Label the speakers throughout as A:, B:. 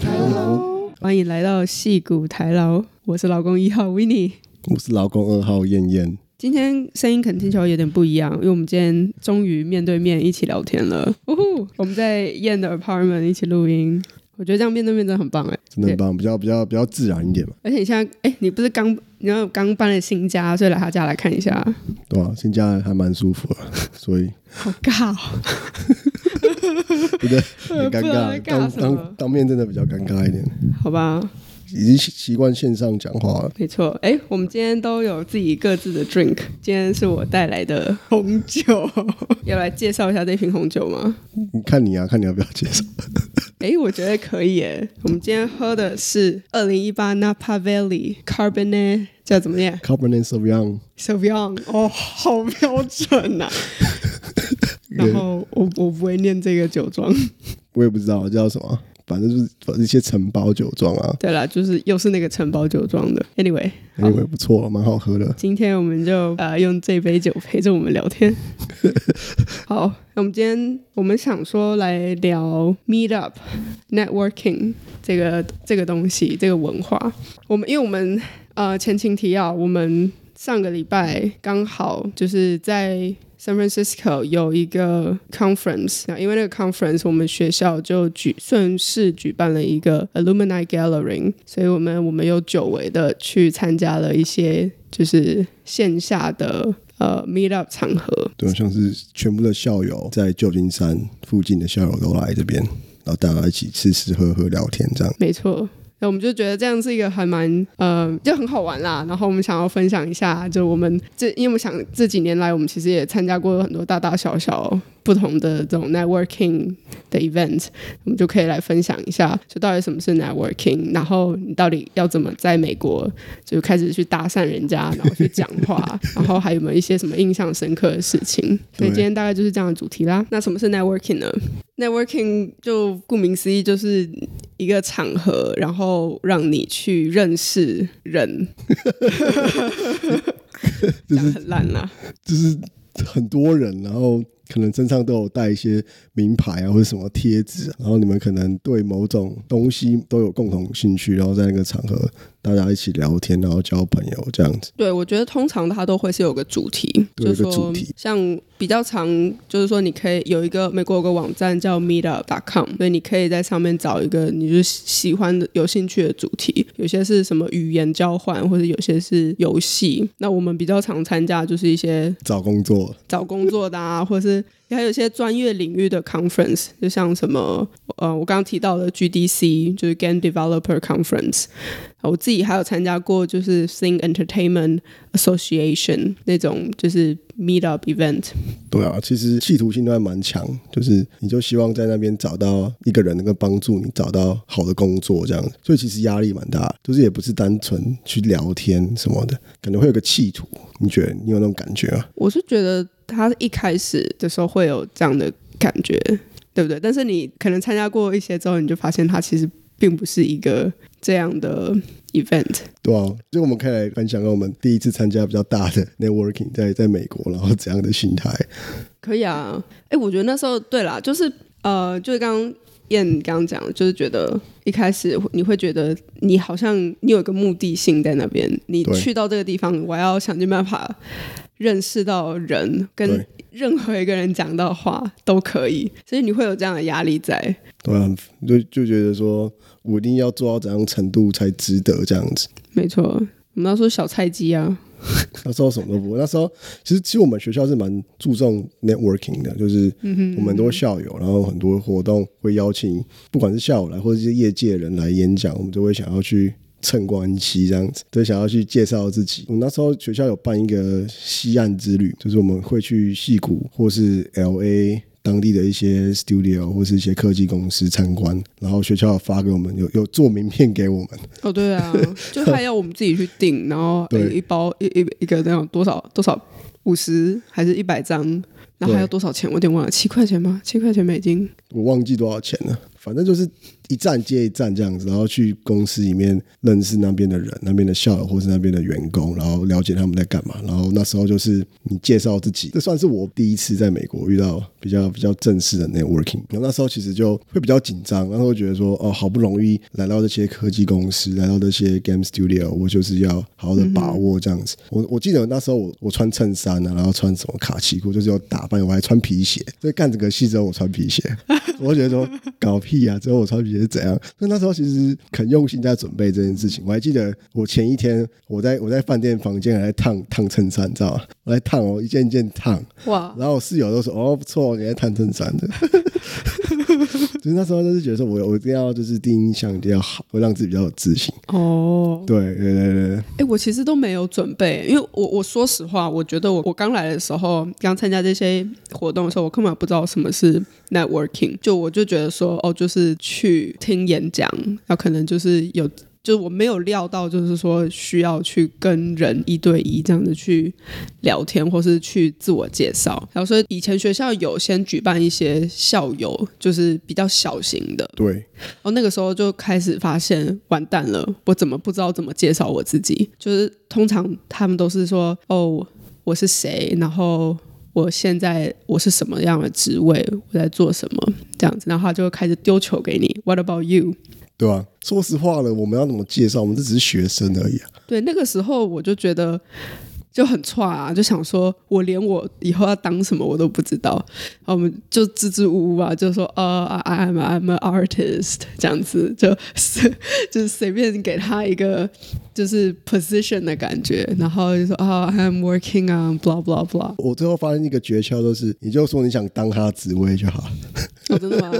A: 台劳，
B: 欢迎来到戏骨台劳，我是老公一号 w i n n i e
A: 我是劳工二号燕燕。
B: 今天声音肯定就有点不一样，因为我们今天终于面对面一起聊天了。呜呼，我们在燕的 apartment 一起录音，我觉得这样面对面真的很棒哎、
A: 真的很棒，比较比较比较自然一点嘛，
B: 而且你现在哎、你不是刚你要刚搬了新家，所以来他家来看一下，
A: 对吧、现在还蛮舒服的， 所以
B: 好尬、哦，
A: 觉得很尴
B: 不知道在
A: 尬，
B: 尬
A: 当
B: 什么
A: 当当面真的比较尴尬一点，
B: 好吧？
A: 已经习习惯线上讲话了。
B: 没错，哎，我们今天都有自己各自的 drink，今天是我带来的红 酒，要来介绍一下这瓶红酒吗？
A: 你看你啊，看你要不要介 绍？
B: 哎，我觉得可以耶。我们今天喝的是二零一八 Napa Valley Cabernet，叫怎么念
A: Cabernet Sauvignon，
B: ？Sauvignon。哦，好标准呐、啊。然后我我不会念这个酒庄。
A: 我也不知道叫什么，反正就是反正一些承包酒庄啊，
B: 对啦，就是又是那个承包酒庄的。Anyway，
A: 因为不错，蛮好喝的。
B: 今天我们就呃用这杯酒陪着我们聊天。好，那我们今天我们想说来聊 meet up networking 这个这个东西，这个文化。我们因为我们呃前情提要，我们上个礼拜刚好就是在。San Francisco 有一个 conference，那因为那个 conference 我们学校就举顺势举办了一个 alumni gathering，所以我们我们有久违的去参加了一些就是线下的呃 meet up 场合，
A: 对，啊像是全部的校友在旧金山附近的校友都来这边，然后大家一起吃吃喝喝聊天这样。
B: 没错。那我们就觉得这样是一个还蛮，呃，就很好玩啦。然后我们想要分享一下，就我们这，因为我们想这几年来，我们其实也参加过很多大大小小不同的这种 networking 的 event，我们就可以来分享一下，就到底什么是 networking，然后你到底要怎么在美国就开始去搭讪人家，然后去讲话，然后还有没有一些什么印象深刻的事情？所以
A: 对
B: 今天大概就是这样的主题啦。那什么是 networking 呢？networking 就顾名思义就是一个场合，然后让你去认识人，讲得很烂啦。
A: 就是很多人，然后可能身上都有带一些名牌啊，或者什么贴纸啊，然后你们可能对某种东西都有共同兴趣，然后在那个场合大家一起聊天，然后交朋友这样子。
B: 对，我觉得通常它都会是有个主题，
A: 对
B: 就是
A: 有个
B: 说
A: 主题
B: 像比较常，就是说你可以有一个美国有个网站叫 Meetup.com，所以你可以在上面找一个你就是喜欢的、有兴趣的主题，有些是什么语言交换，或者有些是游戏。那我们比较常参加就是一些
A: 找工作，
B: 找工作的啊， 或是还有一些专业领域的 conference，就像什么呃，我刚刚提到的 GDC，就是 Game Developer Conference。我自己还有参加过就是 Sing Entertainment Association 那种就是 meet up event。
A: 对啊，其实企图心都还蛮强，就是你就希望在那边找到一个人能够帮助你找到好的工作这样子，所以其实压力蛮大的，就是也不是单纯去聊天什么的，可能会有个企图。你觉得你有那种感觉吗？
B: 我是觉得他一开始的时候会有这样的感觉，对不对？但是你可能参加过一些之后，你就发现它其实并不是一个这样的 event。
A: 对啊，就我们可以来分享跟我们第一次参加比较大的 networking 在在美国，然后怎样的心态？
B: 可以啊，哎、我觉得那时候对啦，就是呃，就是刚刚燕刚刚讲的，就是觉得一开始你会觉得你好像你有一个目的性在那边，你
A: 对
B: 去到这个地方，我要想尽办法认识到人，跟
A: 对
B: 任何一个人讲到话都可以，所以你会有这样的压力在。
A: 对啊，就就觉得说我一定要做到怎样程度才值得这样子。
B: 没错，我们那时候小菜鸡啊，
A: 那时候什么都不会，那时候其实其实我们学校是蛮注重 networking 的，就是我们很多校友，然后很多活动会邀请，不管是校友来或者是业界人来演讲，我们都会想要去蹭关系这样子，都想要去介绍自己。我们那时候学校有办一个西岸之旅，就是我们会去戏谷或是 L A。当地的一些 studio 或是一些科技公司参观，然后学校有发给我们，有有做名片给我们，
B: 哦 对啊，就还要我们自己去订，然后
A: 对
B: 一包一一一个那种多少多少五十还是一百张，然后还要
A: 对
B: 多少钱？我有点忘了，七块钱吗？七块钱美金。
A: 我忘记多少钱了，反正就是一站接一站这样子，然后去公司里面认识那边的人、那边的校友或是那边的员工，然后了解他们在干嘛。然后那时候就是你介绍自己，这算是我第一次在美国遇到比较比较正式的 networking。然后那时候其实就会比较紧张，然后会觉得说哦，好不容易来到这些科技公司，来到这些 game studio，我就是要好好的把握这样子。我我记得那时候我我穿衬衫啊，然后穿什么卡其裤，就是要打扮，我还穿皮鞋。所以干整个戏之后我穿皮鞋，我就觉得说搞屁啊！之后我穿皮鞋是怎样？那那时候其实很用心在准备这件事情。我还记得我前一天我在我在饭店房间还在烫烫衬衫，你知道吗？我在烫哦，一件一件烫。
B: 哇，
A: 然后我室友都说：“哦，不错，你在烫衬衫的。” 就是那时候就是觉得说我我一定要就是第一印象一定要好，会让自己比较有自信。
B: 哦，
A: 对对对对对，
B: 哎、我其实都没有准备，因为我我说实话，我觉得我我刚来的时候，刚参加这些活动的时候，我根本不知道什么是 networking，就我就觉得说，哦，就是去听演讲，那可能就是有。就是我没有料到，就是说需要去跟人一对一这样子去聊天，或是去自我介绍。然后所以以前学校有先举办一些校友，就是比较小型的，
A: 对
B: 然后那个时候就开始发现，完蛋了，我怎么不知道怎么介绍我自己？就是通常他们都是说，哦，我是谁，然后我现在我是什么样的职位，我在做什么这样子，然后他就会开始丢球给你，What about you？
A: 对啊。说实话了，我们要怎么介绍？我们这只是学生而已啊。
B: 对，那个时候我就觉得就很差啊，就想说我连我以后要当什么我都不知道，然后我们就支支吾吾啊，就说呃、i I'm I'm an artist 这样子，就是就是随便给他一个就是 position 的感觉，然后就说啊、I'm working on blah blah blah，
A: 我最后发现一个诀窍，就是你就说你想当他的职位就 好。
B: 哦，真的吗？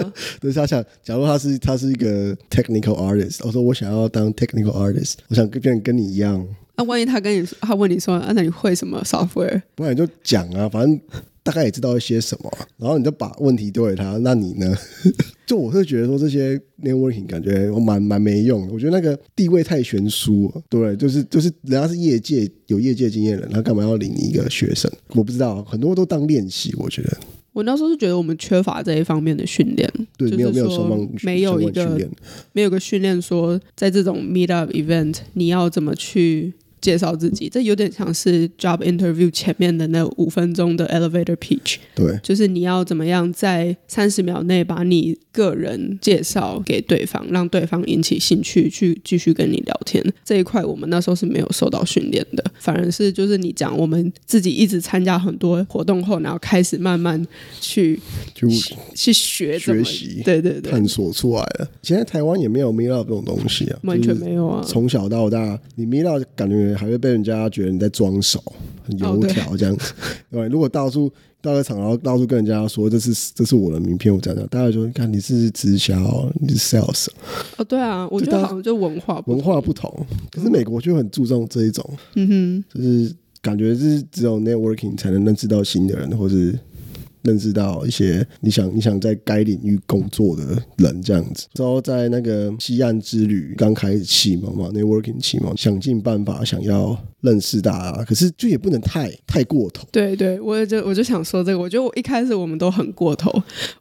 A: 就是他想，假如他是他是一个 technical artist，我说我想要当 technical artist，我想跟变成跟你一样，
B: 那、万一他跟你说，他问你说，啊，那你会什么 software？
A: 不然你就讲啊，反正大概也知道一些什么啊、然后你就把问题丢给他，那你呢？ 就我是觉得说这些 networking 感觉我蛮蛮没用的，我觉得那个地位太悬殊了，对，就是就是人家是业界有业界经验的人，他干嘛要领你一个学生？我不知道，很多都当练习，我觉得
B: 我那时候是觉得我们缺乏这一方面的训练，
A: 对，
B: 就是
A: 没有没有
B: 说
A: 双方
B: 没有一
A: 相关训
B: 个
A: 练，
B: 没有个训练说，在这种 meet up event，你要怎么去介绍自己？这有点像是 job interview 前面的那五分钟的 elevator pitch，
A: 对
B: 就是你要怎么样在三十秒内把你个人介绍给对方，让对方引起兴趣去继续跟你聊天。这一块我们那时候是没有受到训练的，反而是就是你讲我们自己一直参加很多活动后，然后开始慢慢去
A: 就
B: 去学怎么
A: 学习
B: 对对对，
A: 探索出来了。现在台湾也没有 meet up 这种东西啊，
B: 完
A: 就
B: 全
A: 是
B: 没有啊。
A: 从小到大，你迷到感觉还会被人家觉得你在装熟、很油条这样子。 对，如果到处到个场，然后到处跟人家说这是这是我的名片，我讲讲，大家就会看你是直销，你是 sales，
B: 哦，对啊，我
A: 就
B: 觉得
A: 大
B: 好像就文化不
A: 文化不同。可是美国就很注重这一种，嗯哼，就是感觉是只有 networking 才能认识到新的人，或是。认识到一些你想你想在该领域工作的人这样子。之后在那个西岸之旅刚开始启蒙嘛，networking 启蒙，想尽办法想要认识大家，可是就也不能太太过头。
B: 对对，我也就我就想说这个，我觉得我一开始我们都很过头，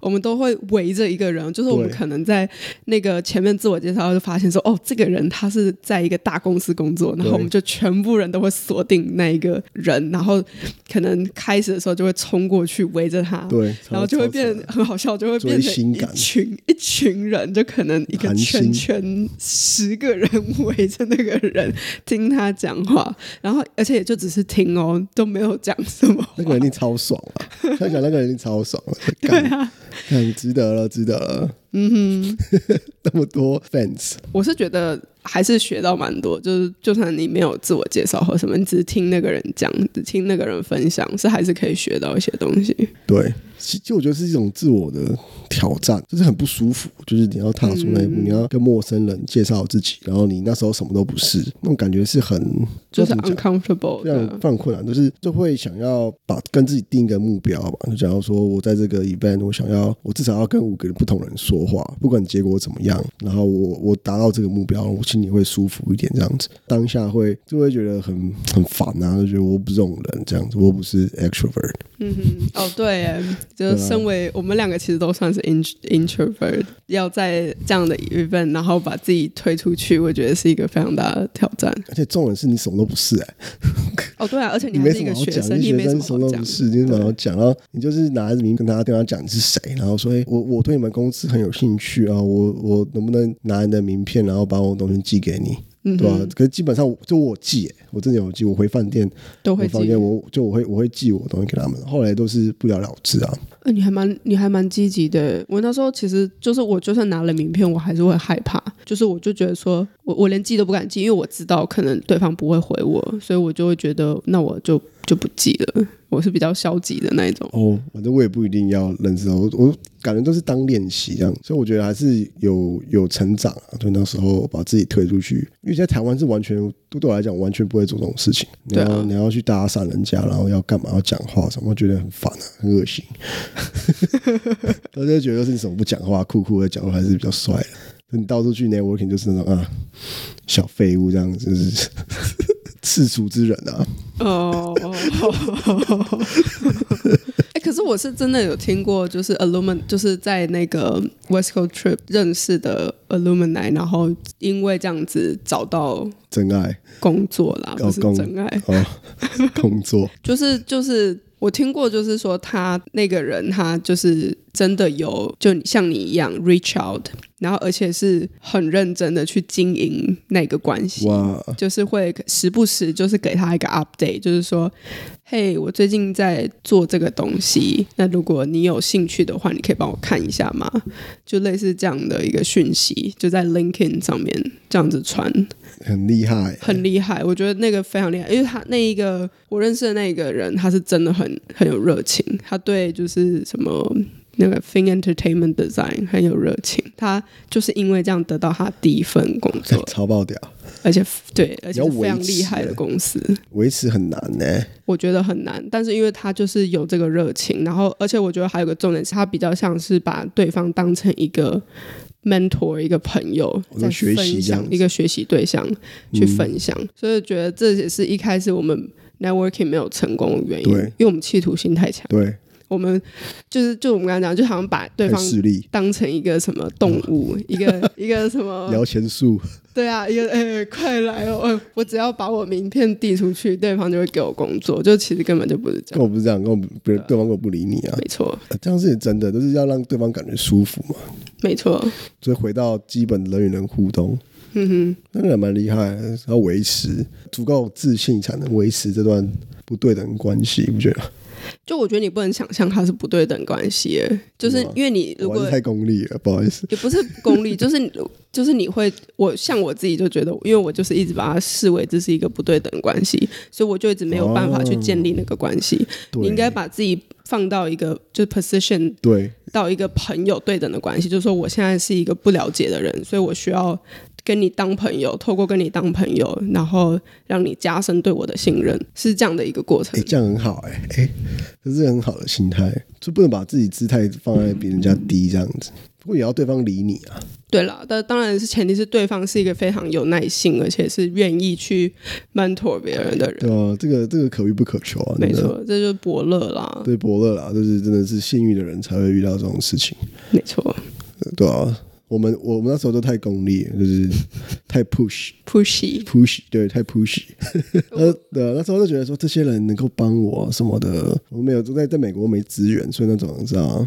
B: 我们都会围着一个人，就是我们
A: 对
B: 可能在那个前面自我介绍就发现说，哦，这个人他是在一个大公司工作，然后
A: 对
B: 我们就全部人都会锁定那一个人，然后可能开始的时候就会冲过去围着他，
A: 对，
B: 哦然后就会变
A: 超
B: 很好笑，就会变
A: 追
B: 成
A: 星
B: 一
A: 感
B: 群一群人，就可能一个
A: 韩星
B: 圈圈十个人 围着那个人听他讲话，然后而且也就只是听哦，都没有讲什么话。
A: 那个人一定超爽啊！想想那个人一定超爽啊！对啊，很值得了，值得了。嗯哼， 那么多 fans，
B: 我是觉得还是学到蛮多，就是就算你没有自我介绍或什么，你只是听那个人讲，只听那个人分享，是还是可以学到一些东西。
A: 对，其实我觉得是一种自我的挑战，就是很不舒服，就是你要踏出那一步，你要跟陌生人介绍自己，然后你那时候什么都不是，那种感觉是很
B: 就是
A: 要怎么讲
B: uncomfortable
A: 非常
B: 的
A: 非，常困难，啊就是就会想要把跟自己定一个目标吧，就假如说我在这个 event，我想要我至少要跟五个不同人说话，不管结果怎么样，然后我我达到这个目标，我心里会舒服一点，这样子，当下会就会觉得很很烦啊，就觉得我不是这种人，这样子，我不是 extrovert，
B: 嗯哼，哦对耶，就
A: 啊
B: 身为我们两个，其实都算是 int introvert，要在这样的 event，然后把自己推出去，我觉得是一个非常大的挑战。
A: 而且重点是你什么都不是哎、
B: 哦，对啊，而且 你
A: 你
B: 还
A: 没
B: 是
A: 什
B: 一
A: 么
B: 个
A: 好
B: 学
A: 讲，
B: 生，
A: 你
B: 你没
A: 学
B: 什
A: 生
B: 么
A: 什
B: 好
A: 么都
B: 讲
A: 不。是，你什么好讲？然后你就是拿着名跟他对方讲你是谁，然后说，哎、我我对你们公司很有兴趣啊，我我能不能拿你的名片，然后把我的东西寄给你，
B: 嗯
A: 对吧、可是基本上我就我寄、欸，我真的有寄，我回饭店，
B: 都会
A: 我房
B: 记
A: 间，我就我会我会寄我的东西给他们，后来都是不了了之啊。
B: 呃，你还蛮你还蛮积极的。我那时候其实就是我就算拿了名片，我还是会害怕，就是我就觉得说我我连寄都不敢寄，因为我知道可能对方不会回我，所以我就会觉得那我就就不寄了。我是比较消极的那一种。
A: 哦，反正我也不一定要认识啊，我我感觉都是当练习这样，所以我觉得还是有有成长啊。就那时候把自己推出去，因为在台湾是完全对我来讲完全不会做这种事情。你要、
B: 对啊
A: 你要去搭讪人家，然后要干嘛要讲话什么，我觉得很烦啊，很恶心。 大家觉得是你怎么不讲话，酷酷的讲话还是比较帅的。你到处去 networking 就是那种啊小废物这样子，就是 世俗之人啊。
B: 哦，哎，可是我是真的有听过，就是 alumni，就是在那个 West Coast trip 认识的 alumni，然后因为这样子找到
A: 真爱
B: 工作啦，
A: 哦
B: 不是
A: 工
B: 真爱，
A: 哦，工作
B: 就是就是我听过，就是说他那个人他就是真的有就像你一样 reach out，然后而且是很认真的去经营那个关系。
A: 哇，
B: 就是会时不时就是给他一个 update，就是说，嘿，我最近在做这个东西，那如果你有兴趣的话，你可以帮我看一下吗？就类似这样的一个讯息，就在 LinkedIn 上面这样子传，
A: 很厉害、，
B: 很厉害，我觉得那个非常厉害，因为他那一个我认识的那一个人，他是真的很很有热情，他对就是什么。那个 Fin Entertainment Design 很有热情，他就是因为这样得到他第一份工作
A: 超爆屌，
B: 而且对，而且
A: 要
B: 是
A: 维
B: 非常
A: 持
B: 厉害的
A: 欸
B: 公司，
A: 维持很难呢、
B: 我觉得很难。但是因为他就是有这个热情，然后而且我觉得还有个重点是，他比较像是把对方当成一个 mentor 一个朋友
A: 我，
B: 在
A: 在哦学习
B: 分
A: 这
B: 享
A: 样子嗯
B: 一个学习对象去分享，所以觉得这也是一开始我们 networking 没有成功的原因，
A: 对
B: 因为我们企图心太强，
A: 对，
B: 我们就是就我们刚才讲，就好像把对
A: 看
B: 方。
A: 视力、
B: 当成一个什么动 物，一个一个什么
A: 摇钱树，
B: 对啊，一个哎、快来哦！呃我只要把我名片递出去，对方就会给我工作，就其实根本就不是这
A: 根
B: 样。
A: 本不是这样，根本别人对方根本不理你啊
B: 没，错，
A: 呃这样是真的，就是要让对方感觉舒服嘛。
B: 没错，
A: 所以回到基本人与人互动，
B: 嗯哼，
A: 那个人蛮厉害的，要维持足够自信才能维持这段不对等关系，你不觉得？
B: 就我觉得你不能想象它是不对等关系耶，就是因为你如
A: 我还
B: 果
A: 是太功利了，不好意思。
B: 也不是功利，就是 你就是你会，我像我自己就觉得，因为我就是一直把它视为这是一个不对等关系，所以我就一直没有办法去建立那个关系。
A: 哦对，
B: 你应该把自己放到一个就是 position
A: 对
B: 到一个朋友对等的关系，就是说我现在是一个不了解的人，所以我需要跟你当朋友，透过跟你当朋友，然后让你加深对我的信任，是这样的一个过
A: 哎、
B: 程。
A: 这样很好哎、欸、哎、这是很好的心态，就不能把自己姿态放在比人家低这样子。不过也要对方理你啊，
B: 对了，但当然是前提是对方是一个非常有耐心，而且是愿意去 mentor 别人的人。
A: 对啊，这个这个可遇不可求啊，
B: 没
A: 真的
B: 错，这就是伯乐啦。
A: 对伯乐啦，就是真的是幸运的人才会遇到这种事情，
B: 没错
A: 呃对啊。我们我们那时候都太功利了，就是太 push
B: ，pushy。
A: push，对，太 push。呃，对啊，那时候就觉得说这些人能够帮我啊什么的，我没有在在美国没资源，所以那种你知道，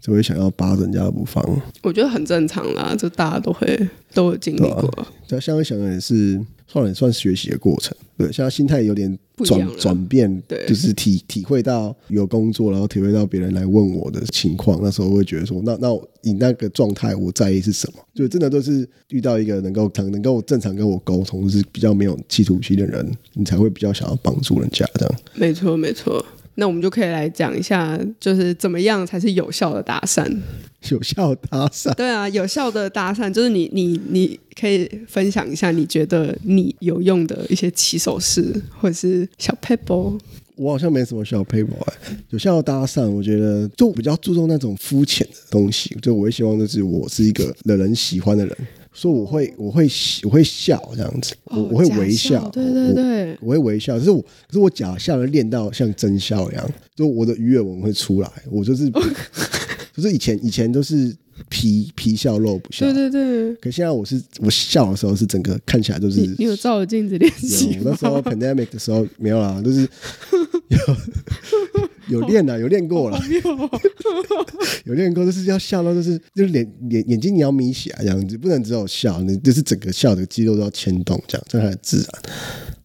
A: 就会想要扒着人家不放。
B: 我觉得很正常啦，这大家都会都有经历过。
A: 对啊，现在想想也是，算也算学习的过程。对，现在心态有点
B: 不一样
A: 转
B: 了
A: 转变，
B: 对
A: 就是体体会到有工作，然后体会到别人来问我的情况，那时候会觉得说，那那我以那个状态，我在意是什么？就真的都是遇到一个能够能够正常跟我沟通，就是比较没有企图心的人，你才会比较想要帮助人家这样。
B: 没错，没错。那我们就可以来讲一下，就是怎么样才是有效的搭讪。
A: 有效搭讪，
B: 对啊，有效的搭讪就是你你你可以分享一下你觉得你有用的一些起手式或者是小 pebble。
A: 我好像没什么需要 p a p e 哎，有效搭讪，我觉得就比较注重那种肤浅的东西，就我会希望就是我是一个惹人喜欢的人，所以我会我会我会笑这样子，我
B: 哦
A: 我会
B: 假
A: 微
B: 笑
A: 笑，
B: 对对
A: 我
B: 对
A: 我会微笑，可是我可是我假笑的练到像真笑一样，就我的鱼尾纹会出来，我 就是就是以前以前都是皮皮笑肉不笑，
B: 对对对，
A: 可现在我是我笑的时候是整个看起来就是
B: 你你有照着镜子练
A: 有
B: 习吗？
A: 那时候 pandemic 的时候没有啦，就是有有练啦，有练过啦，
B: 没有，
A: 有练过，就是要笑到就是就是脸脸眼睛你要眯起来这样子，不能只有笑，你就是整个笑的肌肉都要牵动，这样这样才自然。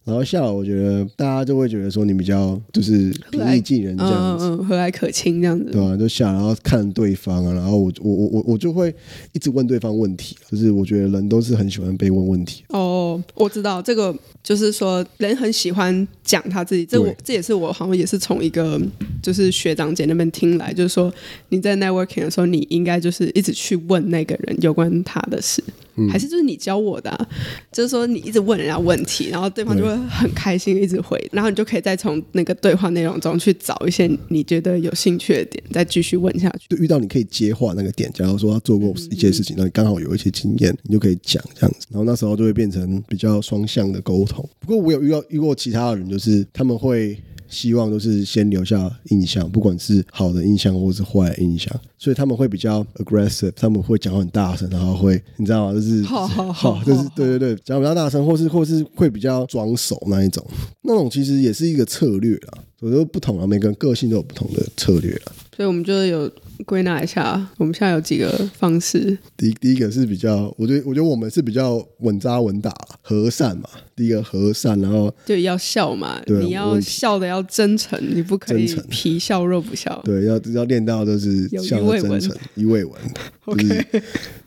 A: 然后笑，我觉得大家就会觉得说你比较就是平易近人这样
B: 嗯
A: 子。
B: 嗯，和蔼可亲这样子
A: 对。吧、就笑，然后看对方啊，然后我我我我我就会一直问对方问题，就是我觉得人都是很喜欢被问问题，
B: 哦，我知道这个，就是说人很喜欢讲他自己，这我
A: 对
B: 这也是我好像也是从一个就是学长姐那边听来，就是说你在 networking 的时候，你应该就是一直去问那个人有关他的事，还是就是你教我的啊、就是说你一直问人家问题，然后对方就会很开心一直回，然后你就可以再从那个对话内容中去找一些你觉得有兴趣的点，再继续问下去。
A: 就遇到你可以接话那个点，假如说他做过一些事情，那你刚好有一些经验，你就可以讲这样子，然后那时候就会变成比较双向的沟通。不过我有遇到遇过其他的人，就是他们会希望就是先留下印象，不管是好的印象或是坏的印象，所以他们会比较 aggressive，他们会讲话很大声，然后会你知道吗？就是
B: 好好好
A: 好，就是
B: 好
A: 对对对，讲比较大声，或是或是会比较装熟那一种，那种其实也是一个策略啦。我觉得不同啊，每个人个性都有不同的策略啊啦。
B: 所以我们就有归纳一下，我们现在有几个方式，
A: 第第一个是比较，我觉得我觉得我们是比较稳扎稳打啦和善嘛。第一个和善，然后
B: 就要笑嘛，
A: 对
B: 你
A: 我
B: 要
A: 问
B: 笑的要真诚，你不可以
A: 真诚
B: 皮笑肉不笑。
A: 对要要练到就是
B: 有
A: 笑
B: 鱼尾
A: 得真
B: 纹
A: 诚，鱼尾纹， 就是
B: OK，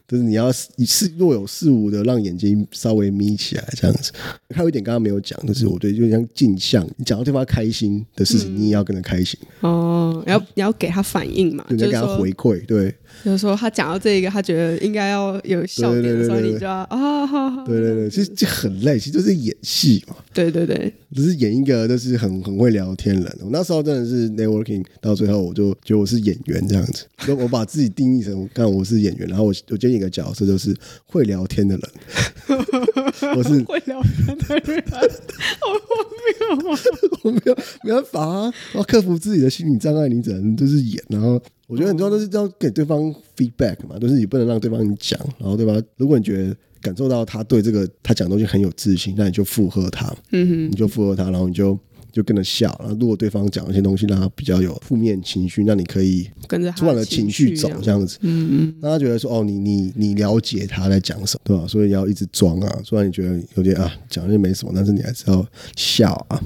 A: 就是你要一是若有似无的让眼睛稍微眯起来这样子。还有一点刚刚没有讲，就是我觉得就像镜像，你讲到对方开心的事
B: 嗯
A: 情，你也要跟着开心，
B: 哦，然后你要给他反应嘛，
A: 对，
B: 就
A: 你要给
B: 是
A: 他
B: 说
A: 回，馈，对。
B: 就是说他讲到这个，他觉得应该要有笑点的时候，
A: 对对对对对
B: 你就要啊，好好，
A: 对对对，其实这很累，其实就是演戏嘛，
B: 对对对，
A: 只是演一个就是很很会聊天人。我那时候真的是 networking 到最后，我就觉得我是演员这样子，就我把自己定义成我干我是演员，然后我我今天一个角色就是会聊天的人， 我是
B: 会聊天的人，好荒谬哦！
A: 我没有没办法啊，我要克服自己的心理障碍，你只能就是演，然后。我觉得很重要，就是要给对方 feedback 嘛，就是你不能让对方讲，然后对吧？如果你觉得感受到他对这个他讲的东西很有自信，那你就附和他，嗯哼，你就附和他，然后你就就跟着笑。然后如果对方讲一些东西让他比较有负面情绪，那你可以
B: 跟着他
A: 往了
B: 情
A: 情绪走
B: 这样
A: 这样子，嗯嗯，让他觉得说哦，你你你了解他在讲什么，对吧？所以要一直装啊，虽然你觉得有点啊讲就没什么，但是你还是要笑啊。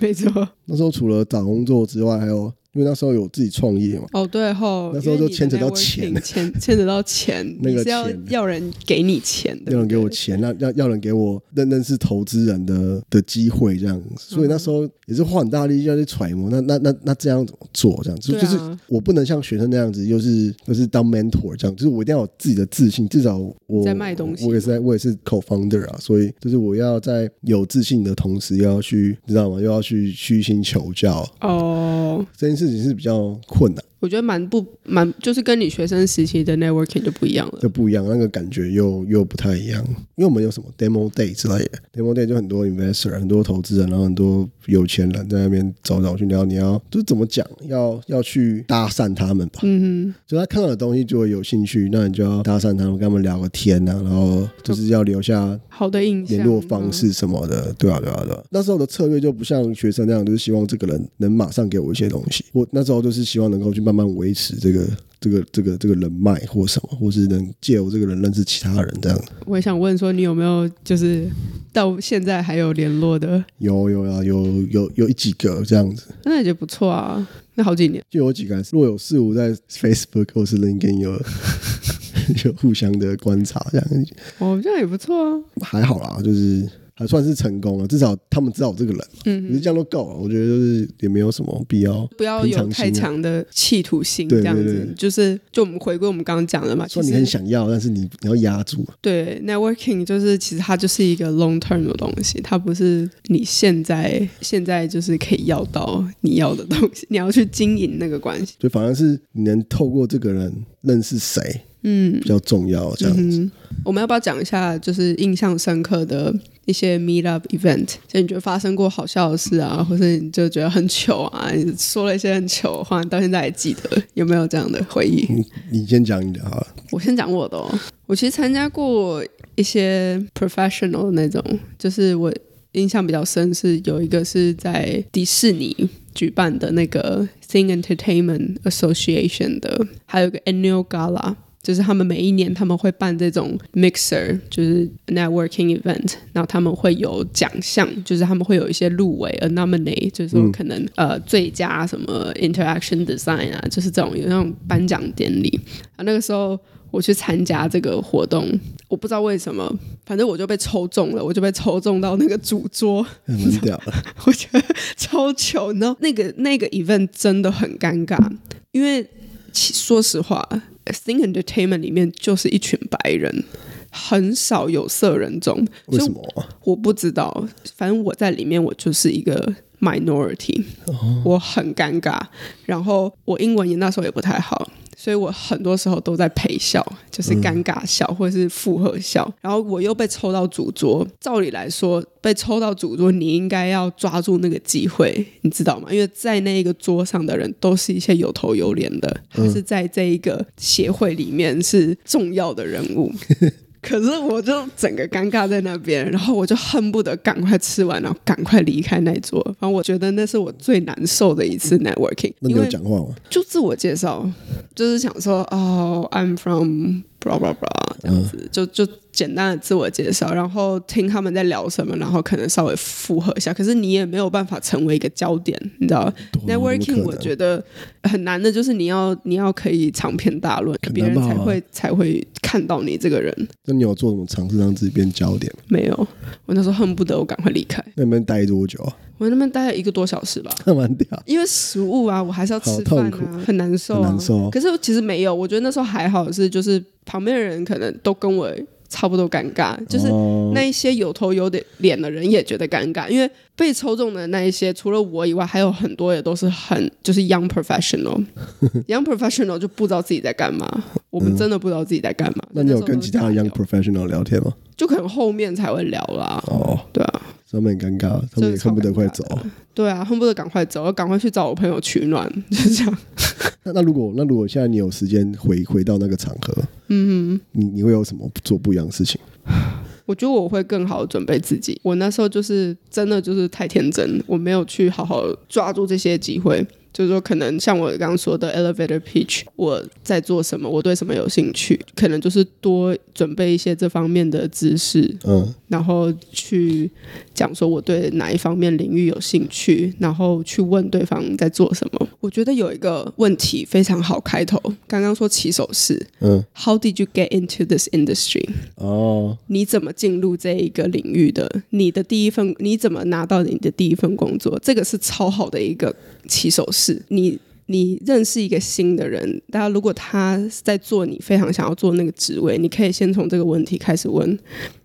B: 没 错。
A: 那时候除了找工作之外，还有因为那时候有自己创业嘛，
B: 哦，对吼，
A: 那时候
B: 因为
A: 就牵扯到钱
B: 你的 networking 牵牵扯到钱，
A: 那个
B: 你是要
A: 钱
B: 要人给你钱的，
A: 要人给我钱，那要要人给我认认识投资人的的机会这样，所以
B: 嗯
A: 那时候也是花很大力气要去揣摩，那那那那这样怎么做这样子，就
B: 对啊
A: 就是我不能像学生那样子，又是又是当 mentor 这样，就是我一定要有自己的自信，至少我
B: 在卖东西
A: 我也是在我也是 co-founder 啊，所以就是我要在有自信的同时，又要去你知道吗？又要去虚心求教，
B: 哦，
A: 这件事情是比较困难。
B: 我觉得蛮不蛮，就是跟你学生时期的 networking 就不一样了。
A: 就不一样，那个感觉又又不太一样。因为我们有什么 demo day 之类的，demo day 就很多 investor、很多投资人，然后很多有钱人在那边走走去聊，你要就是怎么讲，要要去搭讪他们吧。
B: 嗯
A: 就他看到的东西就会有兴趣，那你就要搭讪他们，跟他们聊个天啊，然后就是要留下
B: 哼，好的印象，啊
A: 联络方式什么的，对啊，对啊，对啊。那时候的策略就不像学生那样，就是希望这个人能马上给我一些东西。我那时候就是希望能够去慢慢维持这个。这个这个这个人脉或什么，或是能借由这个人认识其他人这样。
B: 我也想问说，你有没有就是到现在还有联络的？
A: 有有啊，有有有一几个这样子，
B: 那也觉得不错啊，那好几年。
A: 就有几个若有似无在 Facebook 或是 LinkedIn 有 有互相的观察，这样
B: 哦，这样也不错啊。
A: 还好啦，就是。还算是成功了，至少他们知道我这个人，
B: 嗯
A: 可是这样都够了，我觉得就是也没有什么必要。
B: 不要有太强的企图心，
A: 对
B: 这
A: 对
B: 样子
A: 对
B: 就是就我们回归我们刚刚讲的嘛，啊其
A: 说你很
B: 实
A: 想要，但是你你要压住，
B: 对 networking 就是其实它就是一个 long term 的东西，它不是你现在现在就是可以要到你要的东西，你要去经营那个关系。
A: 就反而是你能透过这个人认识谁
B: 嗯
A: 比较重要。这样，
B: 嗯，我们要不要讲一下就是印象深刻的一些 meet up event？就你觉得发生过好笑的事啊，或是你就觉得很糗啊，你说了一些很糗的话，你到现在还记得，有没有这样的回忆？
A: 你你先讲你的好了，
B: 我先讲我的哦，我其实参加过一些 professional 的那种，就是我印象比较深是有一个是在迪士尼举办的那个 Sing Entertainment Association 的，还有一个 annual gala。就是他们每一年他们会办这种 mixer，就是 networking event，然后他们会有奖项，就是他们会有一些入围 a nominate，就是说可能、呃最佳什么 interaction design 啊，就是这种有那种颁奖典礼。啊，那个时候我去参加这个活动，我不知道为什么，反正我就被抽中了，我就被抽中到那个主桌，
A: 很蛮屌的。
B: 我觉得超糗。然后那个那个 event 真的很尴尬，因为其说实话，Sing Entertainment 里面就是一群白人。很少有色人种，
A: 为什
B: 就
A: 么啊？
B: 我不知道，反正我在里面我就是一个 minority，、我很尴尬。然后我英文也那时候也不太好，所以我很多时候都在陪笑，就是尴尬笑或是附和笑。然后我又被抽到主桌，照理来说被抽到主桌，你应该要抓住那个机会，你知道吗？因为在那一个桌上的人都是一些有头有脸的，他是在这一个协会里面是重要的人物。可是我就整个尴尬在那边，然后我就恨不得赶快吃完，然后赶快离开那一桌。反正我觉得那是我最难受的一次 networking，
A: 嗯那你
B: 因
A: 有
B: 为
A: 讲话吗？
B: 就自我介绍，哦就是想说哦，I'm from blah blah blah 这样子，就就简单的自我介绍，然后听他们在聊什么，然后可能稍微附和一下。可是你也没有办法成为一个焦点，你知道吗
A: 啊怎哦么可
B: ？networking
A: 能
B: 我觉得很难的，就是你要你要可以长篇大论，
A: 很
B: 别人
A: 难吧
B: 才会才会看到你这个人。
A: 那你有做什么尝试让自己变焦点吗？
B: 没有，我那时候恨不得我赶快离开。
A: 那你们待多久啊？
B: 我在那边待了一个多小时吧，
A: 那蛮屌，
B: 因为食物啊，我还是要吃饭
A: 好痛苦
B: 啊，很难受、啊，
A: 很难受
B: 可是其实没有，我觉得那时候还好是，就是旁边的人可能都跟我差不多尴尬，就是
A: 哦
B: 那一些有头有脸的人也觉得尴尬，因为被抽中的那一些，除了我以外，还有很多也都是很就是 young professional，young professional 就不知道自己在干嘛，我们真的不知道自己在干嘛。
A: 嗯那你有
B: 时候
A: 跟
B: 就
A: 其他
B: 大
A: 的
B: 聊
A: young professional 聊天吗？
B: 就可能后面才会聊啦，
A: 哦，
B: 对啊。
A: 他们很尴尬，他们也恨不得快走。
B: 对啊，恨不得赶快走，赶快去找我朋友取暖， 就是这样。
A: 那那如果那如果现在你有时间回回到那个场合，嗯，你你会有什么做不一样的事情？
B: 我觉得我会更好地准备自己。我那时候就是真的就是太天真，我没有去好好抓住这些机会。就是说，可能像我刚刚说的 elevator pitch，我在做什么，我对什么有兴趣，可能就是多准备一些这方面的知识，
A: 嗯，
B: 然后去讲说我对哪一方面领域有兴趣，然后去问对方在做什么。我觉得有一个问题非常好开头，刚刚说起手式，
A: 嗯
B: ，How did you get into this industry？
A: 哦，
B: 你怎么进入这一个领域的？你的第一份，你怎么拿到你的第一份工作？这个是超好的一个起手式。你你认识一个新的人，大家如果他在做你非常想要做那个职位，你可以先从这个问题开始问，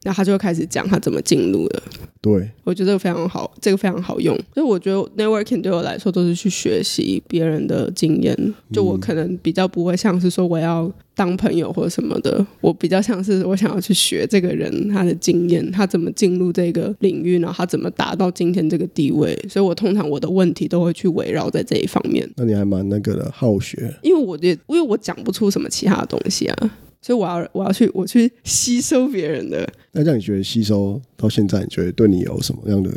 B: 那他就会开始讲他怎么进入的。
A: 对，
B: 我觉得这个非常好，这个非常好用。所以我觉得 networking 对我来说都是去学习别人的经验。就我可能比较不会像是说我要当朋友或者什么的，我比较像是我想要去学这个人他的经验，他怎么进入这个领域，然后他怎么达到今天这个地位。所以我通常我的问题都会去围绕在这一方面，
A: 那你还蛮那个的，好学，
B: 因为我的因为我讲不出什么其他的东西啊。所以我要我要去我去吸收别人的，
A: 那这样你觉得吸收到现在，你觉得对你有什么样的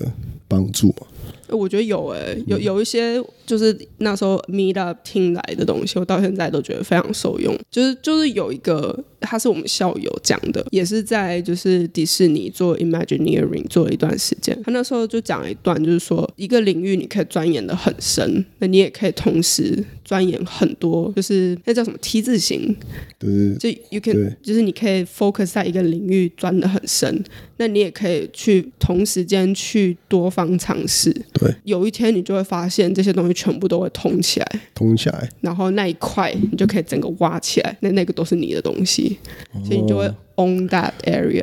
A: 帮助吗？
B: 呃我觉得有诶、有有一些就是那时候 Meet Up 听来的东西，我到现在都觉得非常受用。就是就是有一个他是我们校友讲的，也是在就是迪士尼做 Imagineering 做了一段时间。他那时候就讲了一段，就是说一个领域你可以钻研的很深，那你也可以同时钻研很多，就是那叫什么 T 字形，
A: 就是
B: 就 you can
A: 对
B: 就是你可以 focus 在一个领域钻的很深，那你也可以去同时间去多方尝试。
A: 对
B: 有一天你就会发现这些东西全部都会通起来，
A: 通起来，
B: 然后那一块你就可以整个挖起来，那那个都是你的东西，
A: 哦
B: 所以你就会 own that area。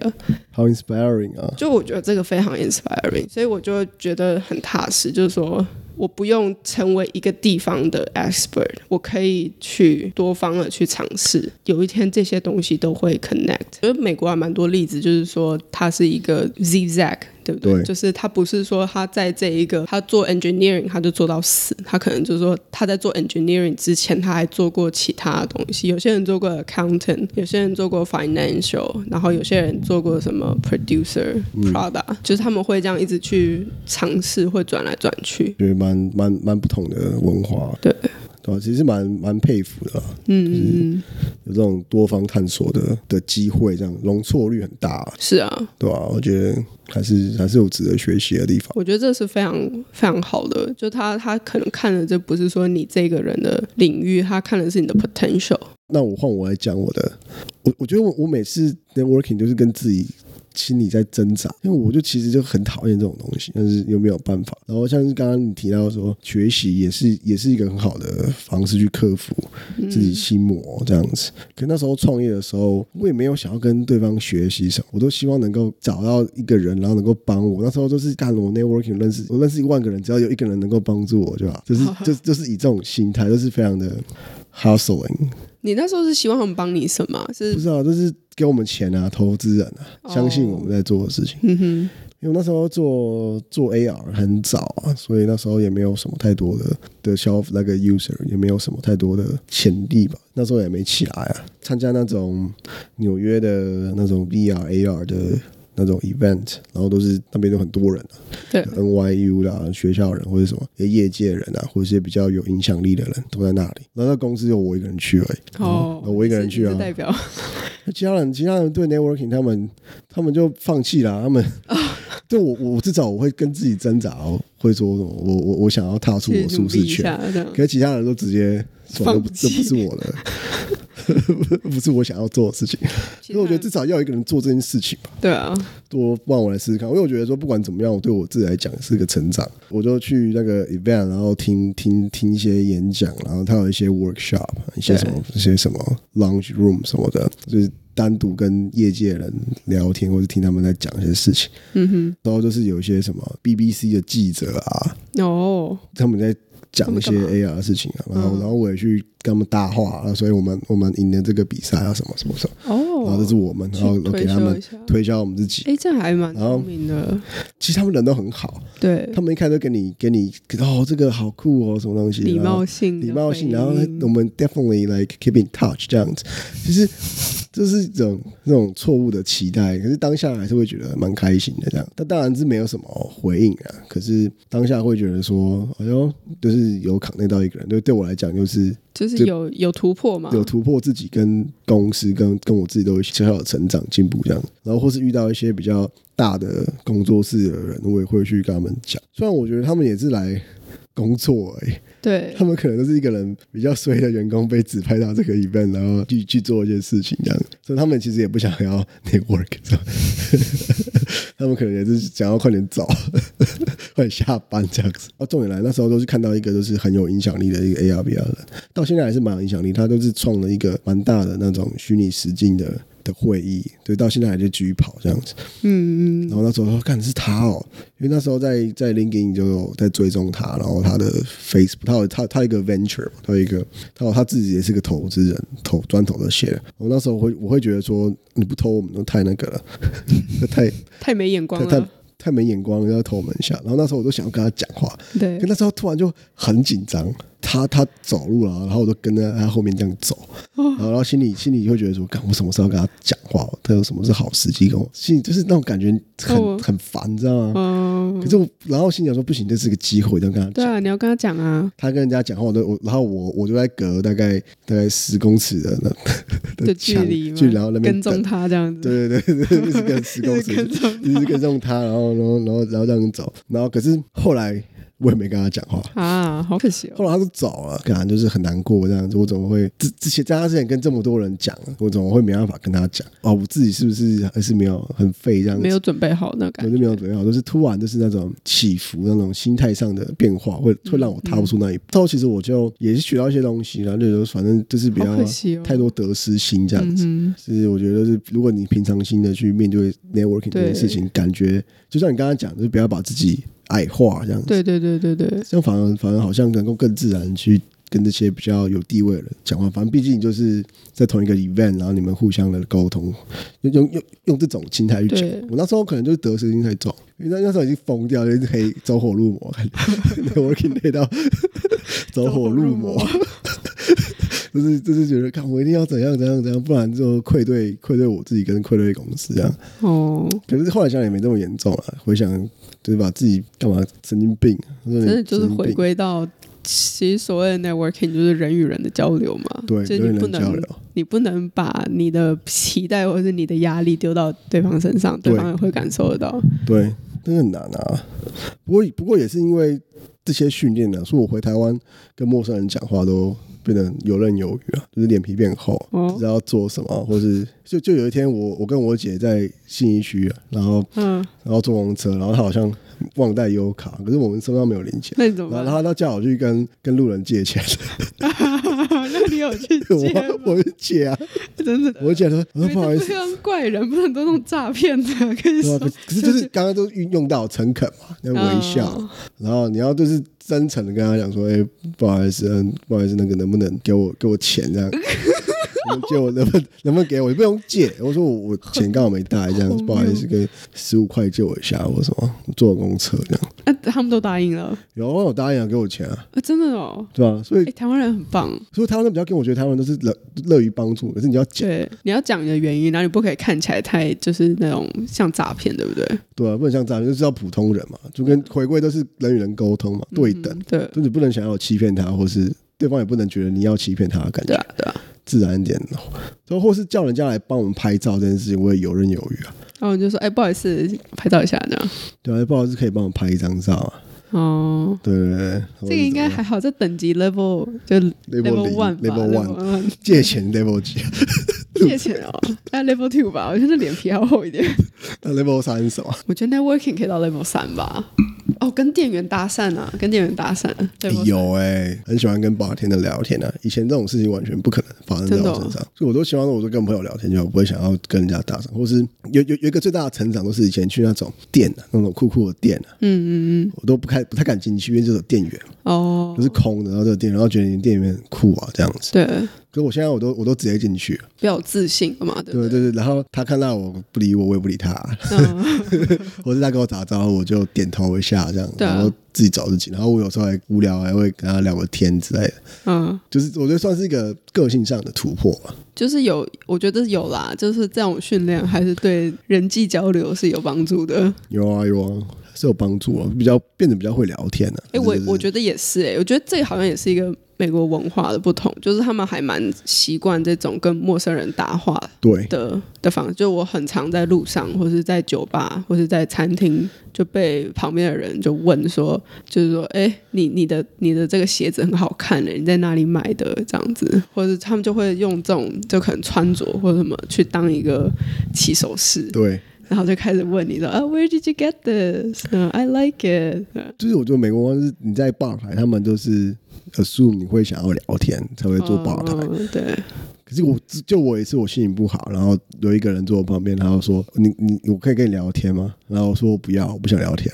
A: 好 inspiring 啊！
B: 就我觉得这个非常 inspiring，所以我就觉得很踏实，就是说我不用成为一个地方的 expert，我可以去多方的去尝试，有一天这些东西都会 connect。就是美国还蛮多例子，就是说它是一个 zigzag。对不对？
A: 对
B: 就是他不是说他在这一个他做 engineering 他就做到死，他可能就是说他在做 engineering 之前他还做过其他的东西，有些人做过 accountant，有些人做过 financial，然后有些人做过什么 producer、product，就是他们会这样一直去尝试，会转来转去。
A: 觉得蛮蛮蛮不同的文化，
B: 对，
A: 对啊吧？其实蛮蛮佩服的啊、
B: 嗯嗯嗯，
A: 有这种多方探索的的机会，这样容错率很大啊、
B: 是啊，
A: 对吧、我觉得还是还是有值得学习的地方。
B: 我觉得这是非常非常好的，就他他可能看的这不是说你这个人的领域，他看的是你的 potential。
A: 那我换我来讲我的，我我觉得我我每次 networking 就是跟自己心里在挣扎，因为我就其实就很讨厌这种东西，但是又没有办法。然后像是刚刚你提到说，学习也是也是一个很好的方式去克服自己心魔这样子。可那时候创业的时候，我也没有想要跟对方学习什么，我都希望能够找到一个人，然后能够帮我。那时候就是干我 networking 认识，我认识一万个人，只要有一个人能够帮助我就好，就是就就是以这种心态，就是非常的 hustling。
B: 你那时候是希望他们帮你什么？啊是
A: 不知道，就是给我们钱啊，投资人啊，
B: 哦
A: 相信我们在做的事情。
B: 嗯哼，
A: 因为那时候做做 AR 很早啊，所以那时候也没有什么太多的的消那个 user，也没有什么太多的潜力吧。那时候也没起来啊，参加那种纽约的那种 VR AR 的。那种 event，然后都是那边都很多人、啊、
B: 对，
A: ，NYU 啦，学校人或者什么，一些业界人啊，或者一些比较有影响力的人都在那里。然后那公司就我一个人去而已，
B: 哦，
A: 我一个人去啊
B: 你是代表
A: 其他人，其他人对 networking，他们他们就放弃了啊。他们
B: 哦
A: 对我，我至少我会跟自己挣扎，我会说我我我想要踏出
B: 去
A: 我
B: 努
A: 舒
B: 力
A: 适
B: 一
A: 圈。
B: 下，这样
A: 啊可是其他人都直接说这不
B: 放
A: 这
B: 弃
A: 不是我的， 不是我想要做的事情。
B: 其
A: 所以我觉得
B: 他
A: 至少要有一个人做这件事情吧。
B: 对啊，
A: 多让我来试试看，因为我觉得说不管怎么样，我对我自己来讲是个成长。我就去那个 event，然后听听听一些演讲，然后他有一些 workshop，一些什么一些什么 lounge room 什么的，就是单独跟业界人聊天，或者听他们在讲一些事情。
B: 嗯
A: 然后就是有一些什么 BBC 的记者啊，
B: 哼，哦，
A: 他们在讲一些
B: 他们嗯
A: AR 的事情啊，然后、然后我也去跟他们搭话啊，所以我们我们赢了这个比赛啊，什么什么什么，然后这
B: 哦，
A: 是我们，然后
B: 去
A: 然后给
B: 推
A: 他
B: 销
A: 们
B: 一下
A: 推销我们自己。
B: 哎，这还蛮
A: 然后
B: 聪明的，
A: 其实他们人都很好，啊
B: 对，
A: 他们一开始都给你给你哦，这个好酷哦，什么东西，
B: 礼
A: 然后
B: 貌性的回应，
A: 礼貌性，然后我们 definitely like keep in touch 这样子，其实这是 一种那种错误的期待，可是当下还是会觉得蛮开心的这样。但当然是没有什么回应啊，可是当下会觉得说，哎呦，就是有考内到一个人，对对我来讲就是
B: 就是
A: 就
B: 有有突破嘛，
A: 有突破自己跟公司跟跟我自己都有小小的成长进步这样，然后或是遇到一些比较大的工作室的人，我也会去跟他们讲。虽然我觉得他们也是来工作而已，
B: 对
A: 他，们可能都是一个人比较衰的员工被指派到这个 event，然后去去做一些事情这样，所以他们其实也不想要 network，是吧 他们可能也是想要快点走， 快点下班这样子。哦，重点来，那时候都是看到一个就是很有影响力的一个 ARVR 人，到现在还是蛮有影响力，他都是创了一个蛮大的那种虚拟实境的。的会议，对，到现在还在继续跑这样子。
B: 嗯嗯，
A: 然后那时候说，干是他哦，因为那时候在在 LinkedIn 就有在追踪他，然后他的 Facebook，他有他他有一个 venture，嘛，他有一个，他有他自己也是个投资人，投专投的些。我那时候会我会觉得说，你不投我们都太那个了， 太
B: 太没眼光
A: 太太
B: 了，
A: 太
B: 嗯
A: 没眼光了，要投我们一下。然后那时候我都想要跟他讲话，
B: 对
A: 可，那时候突然就很紧张，他他走路了，然后我都跟在他后面这样走，然后然后心里心里会觉得说，干我什么时候跟他讲话？他有什么是好时机跟我？心里就是那种感觉
B: 哦
A: 很很烦，你知道吗？
B: 哦，
A: 可是我，然后心里想说不行，这是个机会，就跟他
B: 对
A: 讲。
B: 啊，你要跟他讲啊，
A: 他跟人家讲话，我都我，然后我我就在隔大概大概十公尺的那
B: 的
A: 的
B: 距
A: 墙
B: 离嘛，
A: 距离，然后那边
B: 跟踪
A: 等
B: 他这样子，
A: 对对对对，就是跟十公
B: 一
A: 尺
B: 直跟踪
A: 一直跟踪他，然后然后然后然后这样走，然后可是后来我也没跟他讲话，
B: 啊，好可惜哦。
A: 后来他就走了，感觉就是很难过这样子。我怎么会之之前在他之前跟这么多人讲，我怎么会没办法跟他讲？哦，我自己是不是还是没有很废这样
B: 没
A: 子？
B: 有准备好那
A: 我
B: 感
A: 就没有准备好，就是突然就是那种起伏，那种心态上的变化，会
B: 嗯
A: 会让我踏不出那一步。之后其实我就也是学到一些东西啦，然后就是反正就是比
B: 觉，好
A: 较
B: 可惜哦。
A: 太多得失心这样子。
B: 嗯
A: 是我觉得是，如果你平常心的去面对 networking 这
B: 对
A: 件事情，感觉就像你刚刚讲，就是不要把自己矮化这样
B: 哼，
A: 子，
B: 对对对对对，
A: 这样反而反而好像能够更自然去跟这些比较有地位的人讲话。反正毕竟就是在同一个 event，然后你们互相的沟通，用用用用这种心态去讲
B: 对。
A: 我那时候可能就是得失心太重，因为那那时候已经疯掉，就是黑走火入 魔，networking 累到走火入魔。 就是就是觉得，看我一定要怎样怎样怎样，不然就愧对愧对我自己跟愧对公司这样。
B: 哦，
A: 可是后来想也没这么严重啊，回想就是把自己干嘛神经病，真
B: 真的就是回。归到，其实所谓的 networking 就是人与人的交流嘛，
A: 对，
B: 就
A: 有
B: 是你不
A: 点难交
B: 能
A: 流，
B: 你不能把你的期待或者是你的压力丢到对方身上，对
A: 对
B: 方也会感受得到。
A: 对，真的很难啊。不过不过也是因为这些训练呢、所以我回台湾跟陌生人讲话都变得游刃有余啊，就是脸啊皮变厚，
B: 哦
A: 知道做什么，或是就就有一天我我跟我姐在信义区、啊，然后
B: 嗯，
A: 然后坐公车，然后她好像忘带悠游卡，可是我们身上没有零钱。
B: 那你怎么
A: 然后
B: 办？
A: 他他叫我去跟跟路人借钱，
B: 那你有去接吗？
A: 我我借啊，
B: 真的，
A: 我借他说我说
B: 因为
A: 不好意
B: 这
A: 思
B: 非，常怪人，不然都那种诈骗的，跟你
A: 对
B: 说
A: 啊，可。可是就是刚刚都运用到诚恳嘛，那微笑，
B: 哦
A: 然后你要就是真诚的跟他讲说，哎、不好意思，嗯，不好意思，那个能不能给我给我钱这样？能借我能不能能不能给我？不用借，我说我我钱刚好没带，这样
B: 荒
A: 不好意思，跟十五块借我一下，我什么坐公车这样。
B: 那、他们都答应了，
A: 有啊，我答应了给我钱啊，
B: 啊、真的哦。
A: 对吧、所以
B: 哎、台湾人很棒，
A: 所以台湾人比较跟我觉得台湾人都是乐乐于帮助，可是你要讲
B: 对，你要讲你的原因，然后你不可以看起来太就是那种像诈骗，对不对？
A: 对啊，不能像这样，就是要普通人嘛，就跟回归都是人与人沟通嘛，对等。
B: 嗯对，
A: 就你不能想要有欺骗他，或是对方也不能觉得你要欺骗他的感
B: 对
A: 觉，
B: 啊，对啊。
A: 自然一点。哦然后或是叫人家来帮我们拍照这件事情，我也游刃有余啊。
B: 然后你就说，哎、不好意思，拍照一下这样。
A: 对啊，不好意思，可以帮我拍一张照啊。
B: 哦，
A: 对对对，
B: 这个应该还好，这等级 level 就 level
A: 啊 level
B: one 吧
A: one，level one
B: one
A: 借钱 level 几
B: 借钱哦，那 level two 吧，我觉得脸皮要厚一点。
A: 那，level 三是什么？
B: 我觉得 networking 可以到 level 三吧。哦，跟店员搭讪啊，跟店员搭讪，level 三，
A: 有哎、很喜欢跟 bartender 聊天啊。以前这种事情完全不可能发生在
B: 真的
A: 我
B: 哦
A: 身上，所以我都希望我都跟朋友聊天，就好不会想要跟人家搭讪，或是有有有一个最大的成长，都是以前去那种店啊，那种酷酷的店啊，
B: 嗯嗯嗯，
A: 我都不开不太敢进去，因为就是有店员。
B: 哦
A: 不，是空的，然后这个店，然后觉得你店里面很酷啊这样子。
B: 对，
A: 可我现在我都我都直接进去了，
B: 比较有自信的嘛，对不
A: 对
B: 对？
A: 对对。然后他看到我不理我，我也不理他，
B: 嗯，
A: 或者他跟我打招呼，我就点头一下这样，
B: 对啊
A: 然后自己找自己。然后我有时候还无聊，还会跟他聊个天之类的。
B: 嗯，
A: 就是我觉得算是一个个性上的突破吧。
B: 就是有，我觉得有啦，就是这种训练还是对人际交流是有帮助的。
A: 有啊有啊，是有帮助啊，比较变得比较会聊天了、啊。
B: 哎、我
A: 就是
B: 我觉得也是、哎，我觉得这好像也是一个美国文化的不同，就是他们还蛮习惯这种跟陌生人搭话
A: 对
B: 的的方式。就我很常在路上，或是在酒吧，或是在餐厅，就被旁边的人就问说，就是说，哎、你你的你的这个鞋子很好看欸的、你在哪里买的？这样子，或者他们就会用这种就可能穿着或者什么去当一个起手式，
A: 对，
B: 然后就开始问你说，啊、w h e r e did you get this？嗯、i like it。
A: 就是我觉得美国光是你在吧台，他们都是 assume 你会想要聊天才会做吧台。
B: 嗯对，
A: 可是我就我也是我心情不好，然后有一个人坐我旁边，然后说你你我可以跟你聊天吗？然后我说我不要，我不想聊天。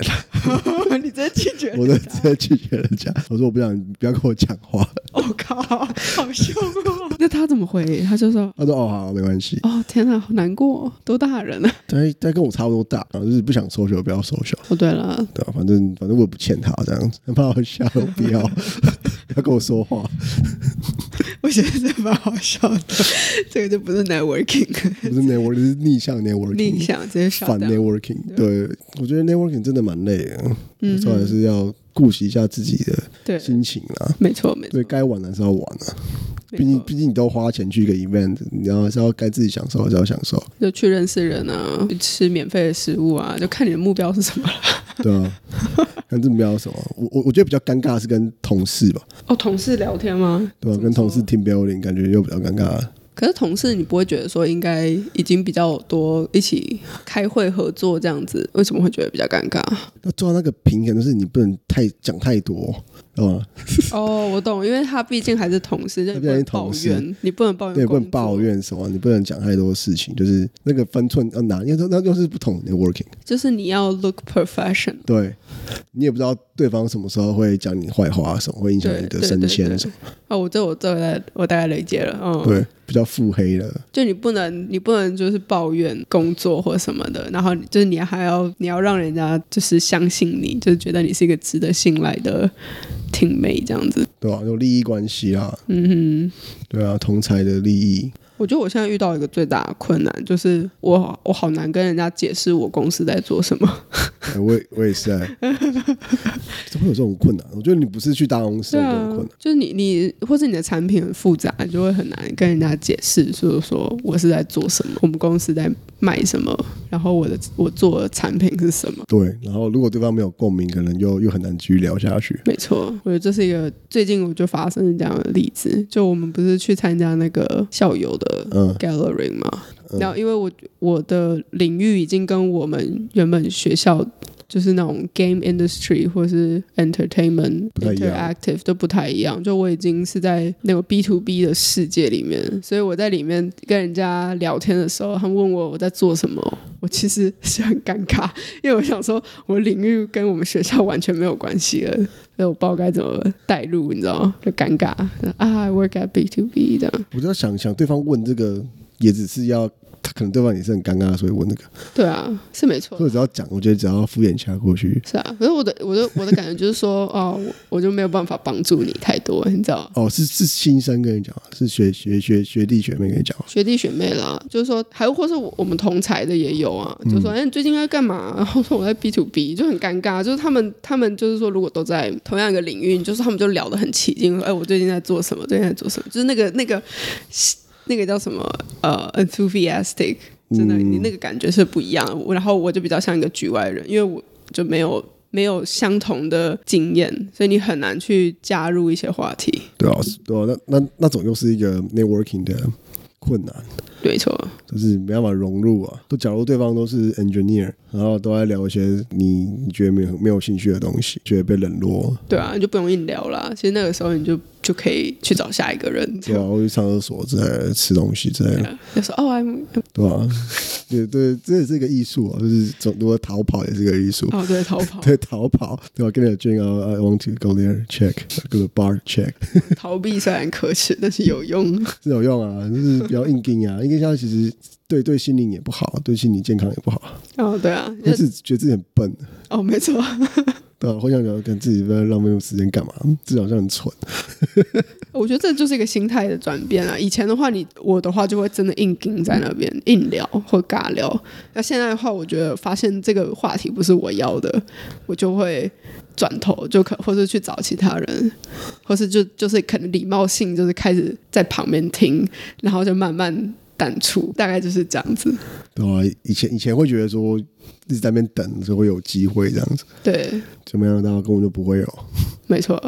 B: 你这接拒绝了
A: 我就直接拒绝人家，我说我不想，你不要跟我讲话。
B: 我、哦靠，好凶哦！ 那他怎么回？他就说
A: 他说哦好，没关系。
B: 哦，天哪，好难过、都大人啊了。
A: 他他跟我差不多大，然后就是不想收手，不要收手，
B: 哦，对了，
A: 对吧、反正反正我也不欠他这样子，很怕我吓我不 要不要跟我说话，
B: 我觉得这蛮好笑的，这个就不是 networking，
A: 不是 network 是逆向 networking，
B: 逆向啊直接少
A: 反
B: 掉。
A: networking。对，我觉得 networking 真的蛮累的，有时候还是要顾及一下自己的
B: 嗯对，
A: 心情啊啦。
B: 没错，没错
A: 对，，该玩的还是要玩啊，
B: 没
A: 毕竟
B: 错
A: 毕竟你都花钱去一个 event，你要还是要该自己享受还是要享 受，
B: 就去认识人啊，去吃免费的食物啊，就看你的目标是什么了。
A: 对啊。看这目标是什么，我我我觉得比较尴尬是跟同事吧，
B: 哦，同事聊天吗？
A: 对吧、
B: 怎么
A: 跟同事
B: 说
A: team building 感觉又比较尴尬了。
B: 可是同事，你不会觉得说应该已经比较多一起开会合作这样子，为什么会觉得比较尴尬？
A: 要做到那个平衡，就是你不能太讲太多，懂吗？
B: 哦，我懂，因为他毕竟还是同事，就你不能抱怨，你不能抱怨，
A: 对，不能抱，怨什么，你不能讲太多事情，就是那个分寸要拿，因为说那就是不同的 working，
B: 就是你要 look professional。
A: 对你也不知道对方什么时候会讲你坏话，什么会影响
B: 对
A: 你的
B: 对
A: 升
B: 对
A: 迁
B: 对
A: 什么，
B: 哦，我这我这我大概我大概理解了，嗯，，
A: 对，比较腹黑的，
B: 就你不能你不能就是抱怨工作或什么的，然后就是你还要你要让人家就是相信你，就是觉得你是一个值得信赖的 teammate 这样子，
A: 对吧、有利益关系啊，
B: 嗯哼。
A: 对啊，同财的利益，
B: 我觉得我现在遇到一个最大的困难，就是我我好难跟人家解释我公司在做什 么。
A: 哎我也我也是哎， 怎么会有这种困难？我觉得你不是去大公司有这
B: 啊
A: 种困难，
B: 就是你你或是你的产品很复杂，你就会很难跟人家解释，就是说我是在做什么，我们公司在卖什么，然后我的我做的产品是什么。
A: 对，然后如果对方没有共鸣，可能又又很难继续聊下去。
B: 没错，我觉得这是一个最近我就发生这样的例子，就我们不是去参加那个校友的
A: 嗯
B: gallery 嘛，
A: 嗯
B: 然后因为我我的领域已经跟我们原本学校就是那种 game industry 或是 entertainment
A: 不太一样
B: interactive 都不太一样，就我已经是在那个 B to B 的世界里面，所以我在里面跟人家聊天的时候，他们问我我在做什么，我其实是很尴尬， 因为我想说我领域跟我们学校完全没有关系了。所以我不知道该怎么带入，你知道吗？就尴尬啊，I work at B to B 这样。
A: 我就要想想，对方问这个也只是要，他可能对方也是很尴尬，所以问这个。
B: 对啊，是没错
A: 所以。我只要讲，我觉得只要敷衍下过去。
B: 是啊，可是我的我的我的感觉就是说，哦，我我就没有办法帮助你太多，你知道，
A: 哦，是是新生跟你讲啊，是学学学学弟学妹跟你讲啊。
B: 学弟学妹啦，就是说，还有或是我我们同才的也有啊，就说，哎、你最近在干嘛？ 然后说我在 B to B，就很尴尬，就是他们他们就是说，如果都在同样一个领域，就是他们就聊得很起劲，说，哎，我最近在做什么？最近在做什么？就是那个那个那个叫什么呃，enthusiastic，真的，你那个感觉是不一样的。我然后我就比较像一个局外人，因为我就没有没有相同的经验，所以你很难去加入一些话题。
A: 对啊，是对啊，那那那种又是一个 networking 的困难，
B: 没错，
A: 就是没办法融入啊。都假如对方都是 engineer，然后都在聊一些你你觉得没有没有兴趣的东西，觉得被冷落，
B: 对啊，你就不容易聊啦。其实那个时候你就就可以去找下一个人，
A: 对吧、啊？我去上厕所之类的，吃东西之类的，
B: 就说哦，I'm
A: 对吧、啊？ 对对，这也是一个艺术啊，就是总如果逃跑也是个艺术。
B: 哦，对，逃跑，
A: 对，逃跑，对吧？Get a drink, I I want to go there, check, go to bar, check，
B: 逃避虽然可耻，但是有用。
A: 这有用啊，就是比较硬硬啊，硬硬下去其实对对心灵也不好，啊对心理健康也不好，
B: 哦，对啊，
A: 会自己觉得自己很笨，
B: 哦，没错，
A: 对吧？会想想跟自己在浪费时间干嘛？自己好像很蠢，
B: 我觉得这就是一个心态的转变啊。以前的话你，我的话就会真的硬盯在那边硬聊或尬聊。那现在的话，我觉得发现这个话题不是我要的，我就会转头就可，或是去找其他人，或是就就是可能礼貌性就是开始在旁边听，然后就慢慢淡出，大概就是这样子。
A: 对吧？以前以前会觉得说一直在那边等就会有机会这样子，
B: 对，
A: 就没想到根本就不会有。
B: 没错。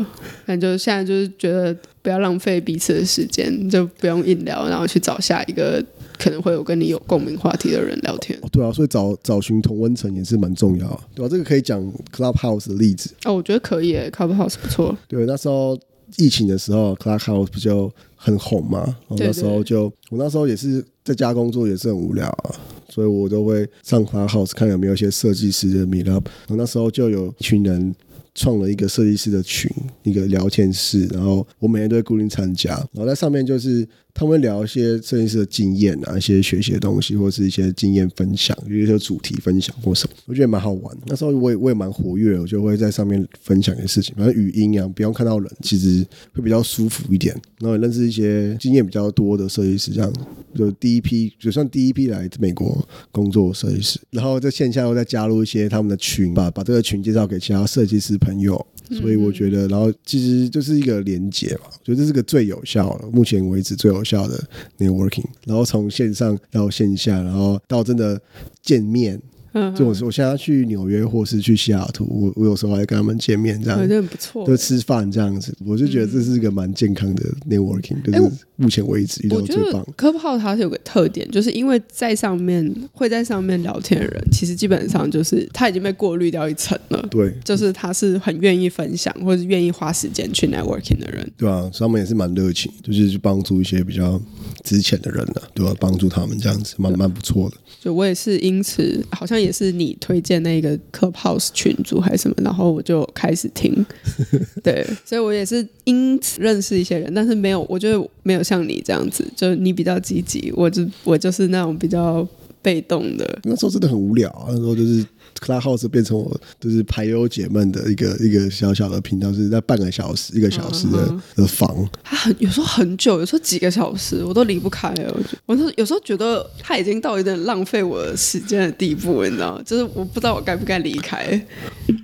B: 反正就是现在就是觉得不要浪费彼此的时间，就不用硬聊，然后去找下一个可能会有跟你有共鸣话题的人聊天。
A: 哦，对啊，所以找找寻同温层也是蛮重要啊，对吧、这个可以讲 Clubhouse 的例子，
B: 哦，我觉得可以耶，Clubhouse 不错。
A: 对，那时候疫情的时候，Clubhouse 不就很红嘛？然后
B: 对
A: 那时候
B: 对
A: 就我那时候也是在家工作，也是很无聊啊，所以哦我都会上 Clubhouse 看有没有一些设计师的 meet up。然后那时候就有一群人。创了一个设计师的群，一个聊天室，然后我每天都会固定参加，然后在上面就是他们会聊一些设计师的经验啊，一些学习的东西，或是一些经验分享，有一些主题分享或什么，我觉得蛮好玩。那时候我也我也蛮活跃的，我就会在上面分享一些事情，反正语音啊，不用看到人，其实会比较舒服一点。然后也认识一些经验比较多的设计师，这样就第一批，就算第一批来美国工作的设计师，然后在线下又再加入一些他们的群吧，把这个群介绍给其他设计师朋友。所以我觉得，然后其实就是一个连接嘛，我觉得这是个最有效的，目前为止最有效的 networking。然后从线上到线下，然后到真的见面。
B: 嗯，
A: 就我我现在去纽约或是去西雅图，我我有时候还跟他们见面这样
B: 我觉。得很不错。
A: 就吃饭这样子，我就觉得这是一个蛮健康的 networking，、
B: 哎
A: 就是目前为止遇到
B: 我觉
A: 最棒
B: 得。科普号它是有个特点，就是因为在上面会在上面聊天的人，其实基本上就是他已经被过滤掉一层了，
A: 对
B: 就是他是很愿意分享或者愿意花时间去 networking 的人。
A: 对啊，所以他们也是蛮热情，就是去帮助一些比较值钱的人呢、啊，对吧、帮助他们这样子，蛮蛮不错的。
B: 就我也是因此，好像也是你推荐那个 Clubhouse 群组还是什么，然后我就开始听，对，所以我也是因此认识一些人，但是没有，我觉得没有像你这样子，就是你比较积极，我就我就是那种比较被动的，
A: 那时候真的很无聊啊，那时候就是 Clubhouse 变成我就是排忧解闷的一个一个小小的频道，就是在半个小时、一个小时的、
B: 嗯
A: 的房。
B: 他很啊有时候很久，有时候几个小时，我都离不开了。我觉我那有时候觉得他已经到有点浪费我的时间的地步，你知道吗？就是我不知道我该不该离开，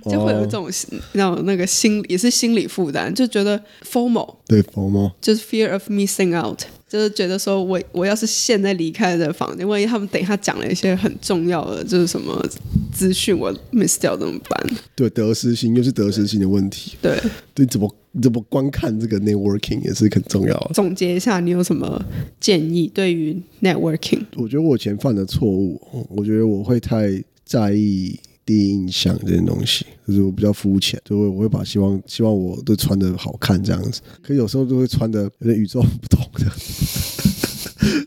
B: 就会有这
A: 哦
B: 种那种那个心理也是心理负担，就觉得 formal
A: 对，佛吗？
B: 就是 fear of missing out，就是觉得说我我要是现在离开这个房间，万一他们等一下讲了一些很重要的就是什么资讯我 miss 掉怎么办？
A: 对，得失心又是得失心的问题。
B: 对，
A: 对，怎么怎么观看这个 networking 也是很重要的。啊
B: 总结一下，你有什么建议对于 networking？
A: 我觉得我以前犯的错误，嗯我觉得我会太在意第一印象这件东西，就是我比较肤浅，就会我会把希望希望我都穿的好看这样子，可有时候就会穿的有点与众不同的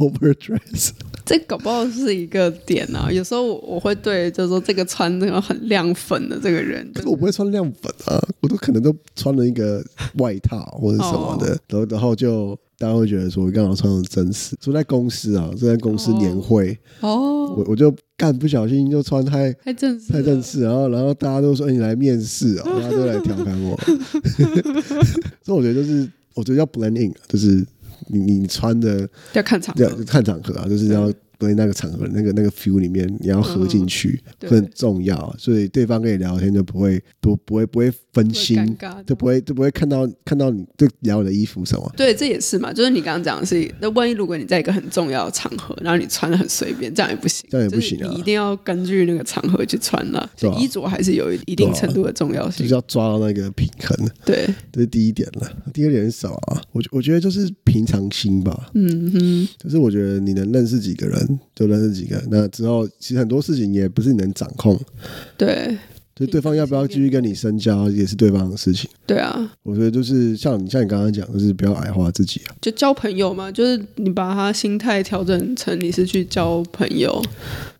A: overdress。
B: 这搞不好是一个点啊。有时候我我会对，就是说这个穿那种很亮粉的这个人，
A: 可是我不会穿亮粉啊，我都可能都穿了一个外套或者什么的，然后然后就。大家会觉得说，我干嘛穿的真实？就在公司啊，就在公司年会，
B: 哦，
A: 我我就干不小心就穿太
B: 太正式了，
A: 太正式，然后然后大家都说、哎你来面试 哦，大家都来调侃我， 所以我觉得就是我觉得要 blend in，就是啊你你你穿的
B: 要看场
A: 要
B: 合。
A: 看场合啊，就是要 blend 那个场合那个那个 feel 里面，你要合进去、
B: 嗯对
A: 很重要啊，所以对方跟你聊天就不会不不会不会分
B: 不会
A: 心
B: 尴尬，
A: 就不会就不会看到看到你就聊你的衣服什么。
B: 对，这也是嘛，就是你刚刚讲的是，那万一如果你在一个很重要的场合，然后你穿的很随便，这样也不行，
A: 这样也不行啊
B: 就是你一定要根据那个场合去穿啦。
A: 对
B: 所
A: 啊
B: 以衣着还是有一定程度的重要
A: 就
B: 性
A: 是。要抓到那个平衡，
B: 对，
A: 这是第一点了。第二点是什么啊？我觉我觉得就是平常心吧，
B: 嗯哼，
A: 就是我觉得你能认识几个人就认识几个，那之后其实很多事情也不是你能掌控，
B: 对，
A: 就是对方要不要继续跟你深交也是对方的事情。
B: 对啊，
A: 我觉得就是像你像你刚刚讲，就是不要矮化自己啊。
B: 就交朋友嘛，就是你把他心态调整成你是去交朋友，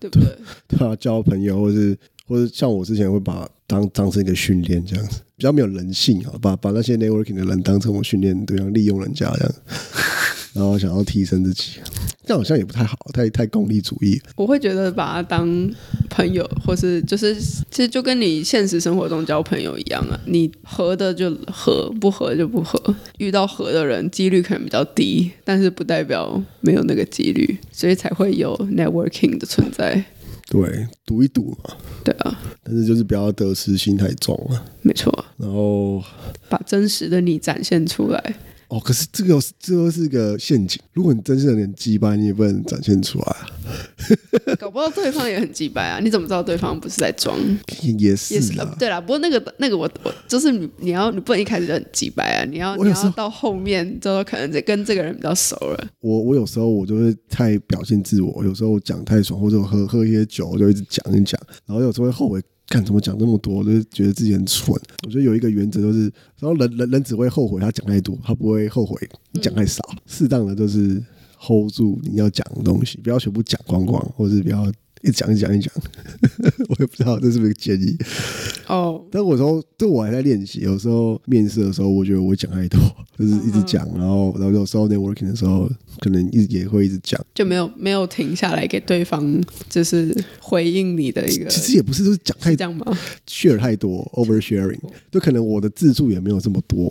B: 对不对？
A: 对啊，交朋友，或是或是像我之前会把当当成一个训练这样子，比较没有人性啊，把把那些 networking 的人当成我训练对象，利用人家这样，然后想要提升自己，但好像也不太好，太太功利主义。
B: 我会觉得把他当朋友，或是就是其实就跟你现实生活中交朋友一样啊，你合的就合，不合就不合。遇到合的人几率可能比较低，但是不代表没有那个几率，所以才会有 networking 的存在。
A: 对，赌一赌嘛，
B: 对啊，
A: 但是就是不要得失心太重啊。
B: 没错，
A: 然后
B: 把真实的你展现出来。
A: 哦，可是这个这又是个陷阱。如果你真是有点鸡巴，你也不能展现出来啊。
B: 搞不好对方也很鸡掰啊！你怎么知道对方不是在装？
A: 也
B: 也是
A: 是啊
B: 呃
A: 啦，
B: 对啦，不过那个那个我我就是你你要你不能一开始就很急白啊，你要
A: 我
B: 你
A: 有时候
B: 要到后面之后可能跟这个人比较熟了，
A: 我我有时候我就会太表现自我，有时候我讲太爽，或者我喝喝一些酒，我就一直讲一讲，然后有时候会后悔。干怎么讲那么多，就是觉得自己很蠢。我觉得有一个原则就是，然后人人人只会后悔他讲太多，他不会后悔你讲太少。适当的就是 hold 住你要讲的东西，不要全部讲光光，或者是不要一直讲一直讲一直讲， 我也不知道这是不是个建议。
B: 哦，
A: 但我说这我还在练习，有时候面试的时候，我觉得我讲太多， 就是一直讲，然后然后有时候 networking 的时候，可能一直也会一直讲。
B: 就没有没有停下来给对方就是回应你的一个，
A: 其实也不是，就是讲太
B: 是这样吗？
A: share 太多 oversharing，就可能我的字数也没有这么多，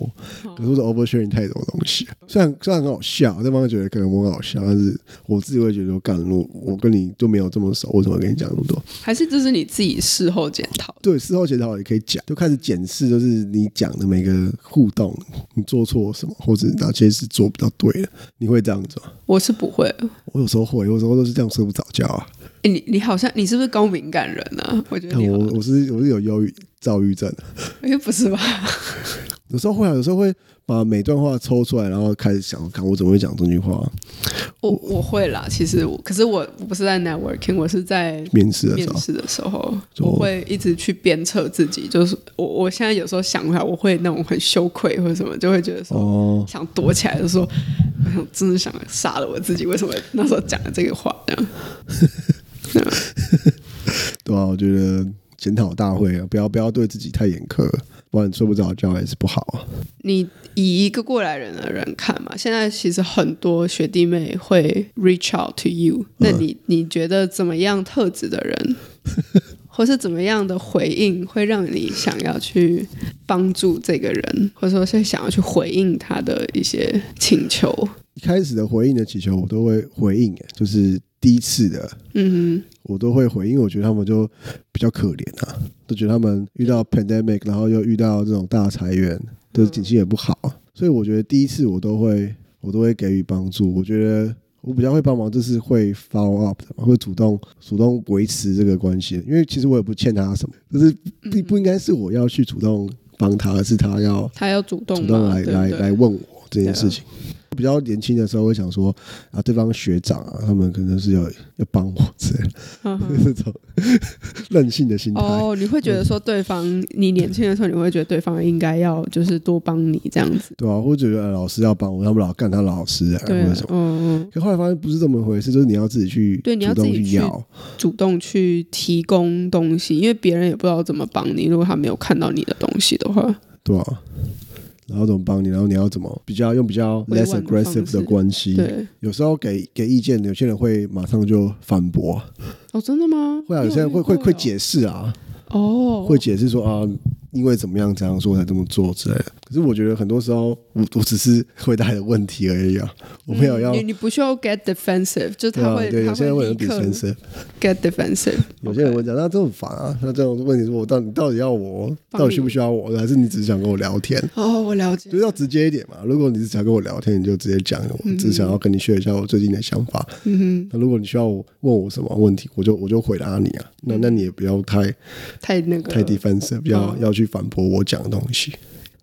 A: 可是我的 oversharing 太多东西。虽然虽然很好笑，对方觉得可能我很好笑，但是我自己会觉得我干我我跟你就没有这么熟，我怎么跟你讲那么多？
B: 还是这是你自己事后检讨？
A: 对，事后检讨也可以讲，就开始检视，就是你讲的每个互动，你做错什么，或者哪些是做不到对的，你会这样子吗？
B: 我是不会。
A: 我有时候会，有时候都是这样睡不着觉啊。
B: 诶你你好像你是不是高敏感人啊？我觉得
A: 但
B: 你好
A: 呃我我是我是有忧郁躁郁症的，
B: 诶不是吧？
A: 有时候会啊，有时候会把每段话抽出来，然后开始想，看我怎么会讲这句话。
B: 我我会啦，其实我可是我我不是在 networking，我是在
A: 面试的时
B: 面
A: 候，
B: 试的时候，
A: 就
B: 我会一直去鞭策自己，就是我我现在有时候想回来，我会那种很羞愧或者什么，就会觉得说、
A: 哦，
B: 想躲起来，就说我想真的想杀了我自己，为什么那时候讲了这个话？这样，
A: 对啊，我觉得检讨大会啊，不要不要对自己太严苛，不然睡不着觉也是不好啊。
B: 你以一个过来人的人看嘛，现在其实很多学弟妹会 reach out to you，那
A: 嗯
B: 你你觉得怎么样特质的人， 或是怎么样的回应会让你想要去帮助这个人，或者说是想要去回应他的一些请求？
A: 一开始的回应的祈求，我都会回应，欸就是第一次的，
B: 嗯
A: 我都会回应，因为我觉得他们就比较可怜啊，都觉得他们遇到 pandemic，然后又遇到这种大裁员，对
B: 嗯
A: 景气也不好，所以我觉得第一次我都会我都会给予帮助。我觉得我比较会帮忙，就是会 follow up 的嘛，会主动主动维持这个关系，因为其实我也不欠他什么，就是
B: 嗯
A: 不不应该是我要去主动帮他，而是他要
B: 哼，他要主动
A: 主
B: 嘛，
A: 动来
B: 对
A: 来
B: 不对啊
A: 来问我这件事情。比较年轻的时候会想说啊，对方学长啊，他们可能是要要帮我之类的。
B: 嗯哼
A: 这种任性的心态。
B: 哦，你会觉得说对方，你年轻的时候，你会觉得对方应该要就是多帮你这样子，
A: 对啊，或者觉得、呃老师要帮我，他们老干他老师、啊，或
B: 对
A: 者什，
B: 嗯
A: 么。
B: 嗯，
A: 可后来发现不是这么回事，就是你要自己去
B: 对你要
A: 主动
B: 自己
A: 去
B: 去
A: 要，
B: 主动去提供东西，因为别人也不知道怎么帮你。如果他没有看到你的东西的话，
A: 对啊。然后怎么帮你？然后你要怎么比较用比较
B: 委
A: less
B: 婉的方
A: aggressive
B: 式
A: 的关系？
B: 对，
A: 有时候给给意见，有些人会马上就反驳，
B: 哦，真的吗？
A: 会啊，有些人会会会解释啊，
B: 哦，
A: 会解释说啊，因为怎么样怎样说才这么做之类的。可是我觉得很多时候，我我只是回答你的问题而已啊，我没有要
B: 你你不需要 get defensive，就
A: 对
B: 是嗯他
A: 啊，
B: 会
A: 对，有些
B: 他
A: 人
B: 会
A: 会很
B: 立
A: 比
B: 刻
A: 分身，
B: get defensive，
A: 有些人会讲，那这很烦啊。那这种问题是我到你到底要我，
B: 帮
A: 到
B: 你
A: 底需不需要我，还是你只是想跟我聊天？
B: 哦，我了解
A: 就。是要直接一点嘛。如果你只想跟我聊天，你就直接讲，我只想要跟你学一下我最近的想法。
B: 嗯
A: 那如果你需要我问我什么问题，我就我就回答你啊。
B: 嗯
A: 那那你也不要太
B: 哼，太那个
A: 太 defensive，要
B: 嗯
A: 要去反驳我讲的东西。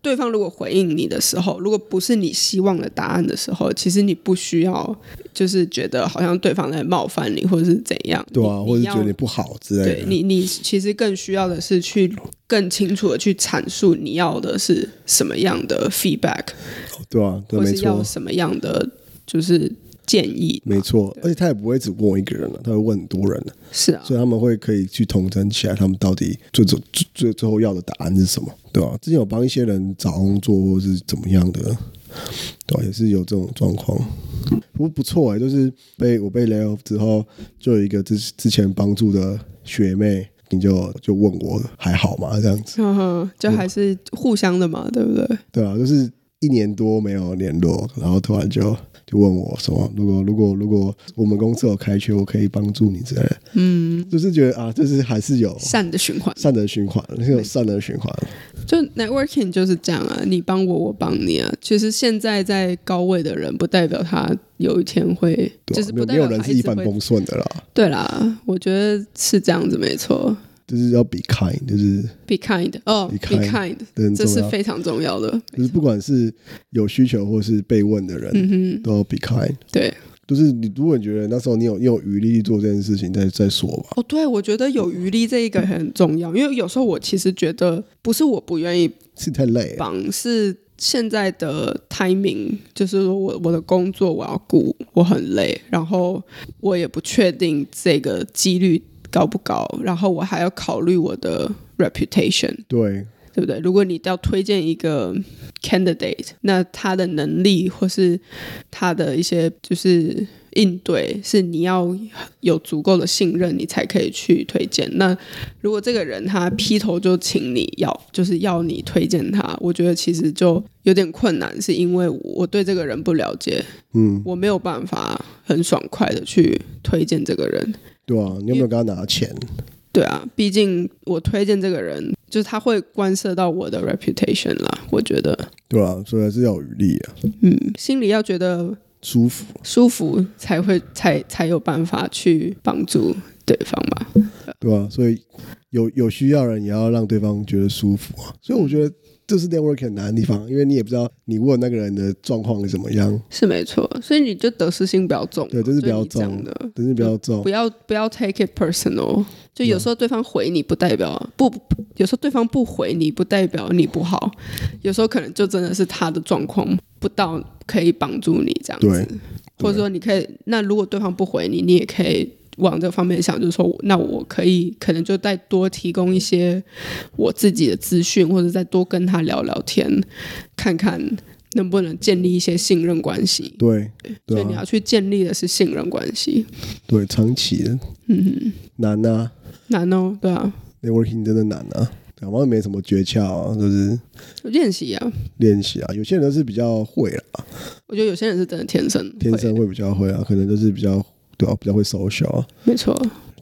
B: 对方如果回应你的时候，如果不是你希望的答案的时候，其实你不需要就是觉得好像对方在冒犯你或者是怎样，
A: 对啊，
B: 你
A: 或者
B: 你
A: 觉得
B: 要
A: 你不好之类
B: 对
A: 的。
B: 你，你其实更需要的是去更清楚的去阐述你要的是什么样的 feedback，
A: 对啊，对，
B: 或
A: 没
B: 是要
A: 错，
B: 什么样的就是建议。
A: 没错。而且他也不会只问我一个人啊了，他会问很多人了。
B: 是啊，
A: 所以他们会可以去统整起来，他们到底最最最最最后要的答案是什么，对吧、之前有帮一些人找工作或是怎么样的，对吧、也是有这种状况。不过不错哎、就是被我被 lay off 之后，就有一个之之前帮助的学妹，你就就问我还好吗？这样子，
B: 呵呵，
A: 嗯
B: 就还是互相的嘛，对不对？
A: 对啊，就是一年多没有联络，然后突然就。就问我什么？如果如果如果我们公司有开缺，我可以帮助你之类的，
B: 嗯，
A: 就是觉得啊，就是还是有
B: 善的循环，
A: 善的循环，是有善的循环。
B: 就 networking 就是这样啊，你帮我，我帮你啊。其实现在在高位的人，不代表他有一天会，
A: 对
B: 就
A: 吧没
B: 是不
A: 有没
B: 代
A: 有
B: 表
A: 人
B: 他
A: 是一
B: 直
A: 帆
B: 会。
A: 风顺的啦，
B: 对啦，我觉得是这样子，没错。
A: 就是要 be kind，就是
B: Be kind，哦
A: Be
B: ，Be
A: kind
B: kind，
A: 这很
B: 这
A: 重
B: 是
A: 要。
B: 非常重要的。
A: 就是不管是有需求或是被问的人，
B: 嗯
A: 都要 be kind。
B: 哼，对。
A: 就是你，如果你觉得那时候你有你有余力去做这件事情，再再说吧。
B: 哦，对，我觉得有余力这一个很重要，因为有时候我其实觉得不是我不愿意
A: 是太累了，
B: 帮，是现在的 timing，就是说我我的工作我要顾，我很累，然后我也不确定这个几率高不高，然后我还要考虑我的 reputation，
A: 对，
B: 对不对？如果你要推荐一个 candidate，那他的能力或是他的一些就是应对，是你要有足够的信任，你才可以去推荐。那如果这个人他劈头就请你要，就是要你推荐他，我觉得其实就有点困难，是因为我对这个人不了解，
A: 嗯，
B: 我没有办法很爽快的去推荐这个人。
A: 对啊，你有没有跟他拿钱？
B: 对啊，毕竟我推荐这个人，就是他会关涉到我的 reputation 啦。我觉得，
A: 对啊，所以还是要有余力啊，
B: 嗯，心里要觉得
A: 舒服。
B: 舒服，才会才才有办法去帮助对方吧。
A: 对吧、所以有有需要人也要让对方觉得舒服啊。所以我觉得这是 network 很难的地方，因为你也不知道你问那个人的状况是怎么样，
B: 是没错，所以你就得失心不要重，
A: 对真是不要
B: 就你
A: 重
B: 讲的，
A: 但是不要重
B: 不。要不要 take it personal。就有时候对方回你不代表不，有时候对方不回你不代表你不好，有时候可能就真的是他的状况不到可以帮助你这样
A: 对
B: 子，或者说你可以，那如果对方不回你，你也可以。往这方面想，就是说，那我可以可能就再多提供一些我自己的资讯，或者再多跟他聊聊天，看看能不能建立一些信任关系。
A: 对
B: 所
A: 对
B: 以你
A: 啊，
B: 要去建立的是信任关系。
A: 对长期的
B: 嗯，
A: 难啊
B: 难哦，对啊，
A: ，networking 真的难啊，好像没什么诀窍啊，就是
B: 练习啊。
A: 练习啊。有些人都是比较会啊，
B: 我觉得有些人是真的天生会，
A: 天生会比较会啊，可能就是比较对啊，比较会 social 啊，
B: 没错。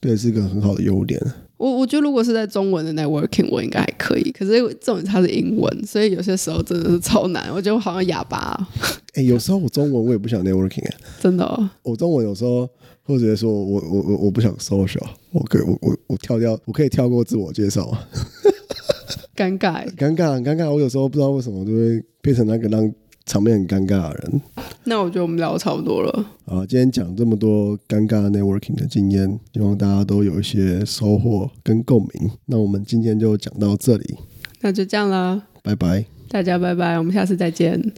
A: 这也是一个很好的优点。
B: 我我觉得如果是在中文的 networking，我应该还可以。可是重点它是英文，所以有些时候真的是超难。我觉得我好像哑巴哦、
A: 哎，有时候我中文我也不想 networking 啊
B: 真的、哦。
A: 我中文有时候或者说我我我我不想 social，我啊可以我我我跳掉，我可以跳过自我介绍啊，
B: 尴尬欸。
A: 尴尬很尴尬。我有时候不知道为什么就会变成那个让场面很尴尬的人
B: 那我觉得我们聊得差不多了，
A: 啊。今天讲这么多尴尬 networking 的经验，希望大家都有一些收获跟共鸣。那我们今天就讲到这里，
B: 那就这样啦，
A: 拜拜。
B: 大家拜拜，我们下次再见。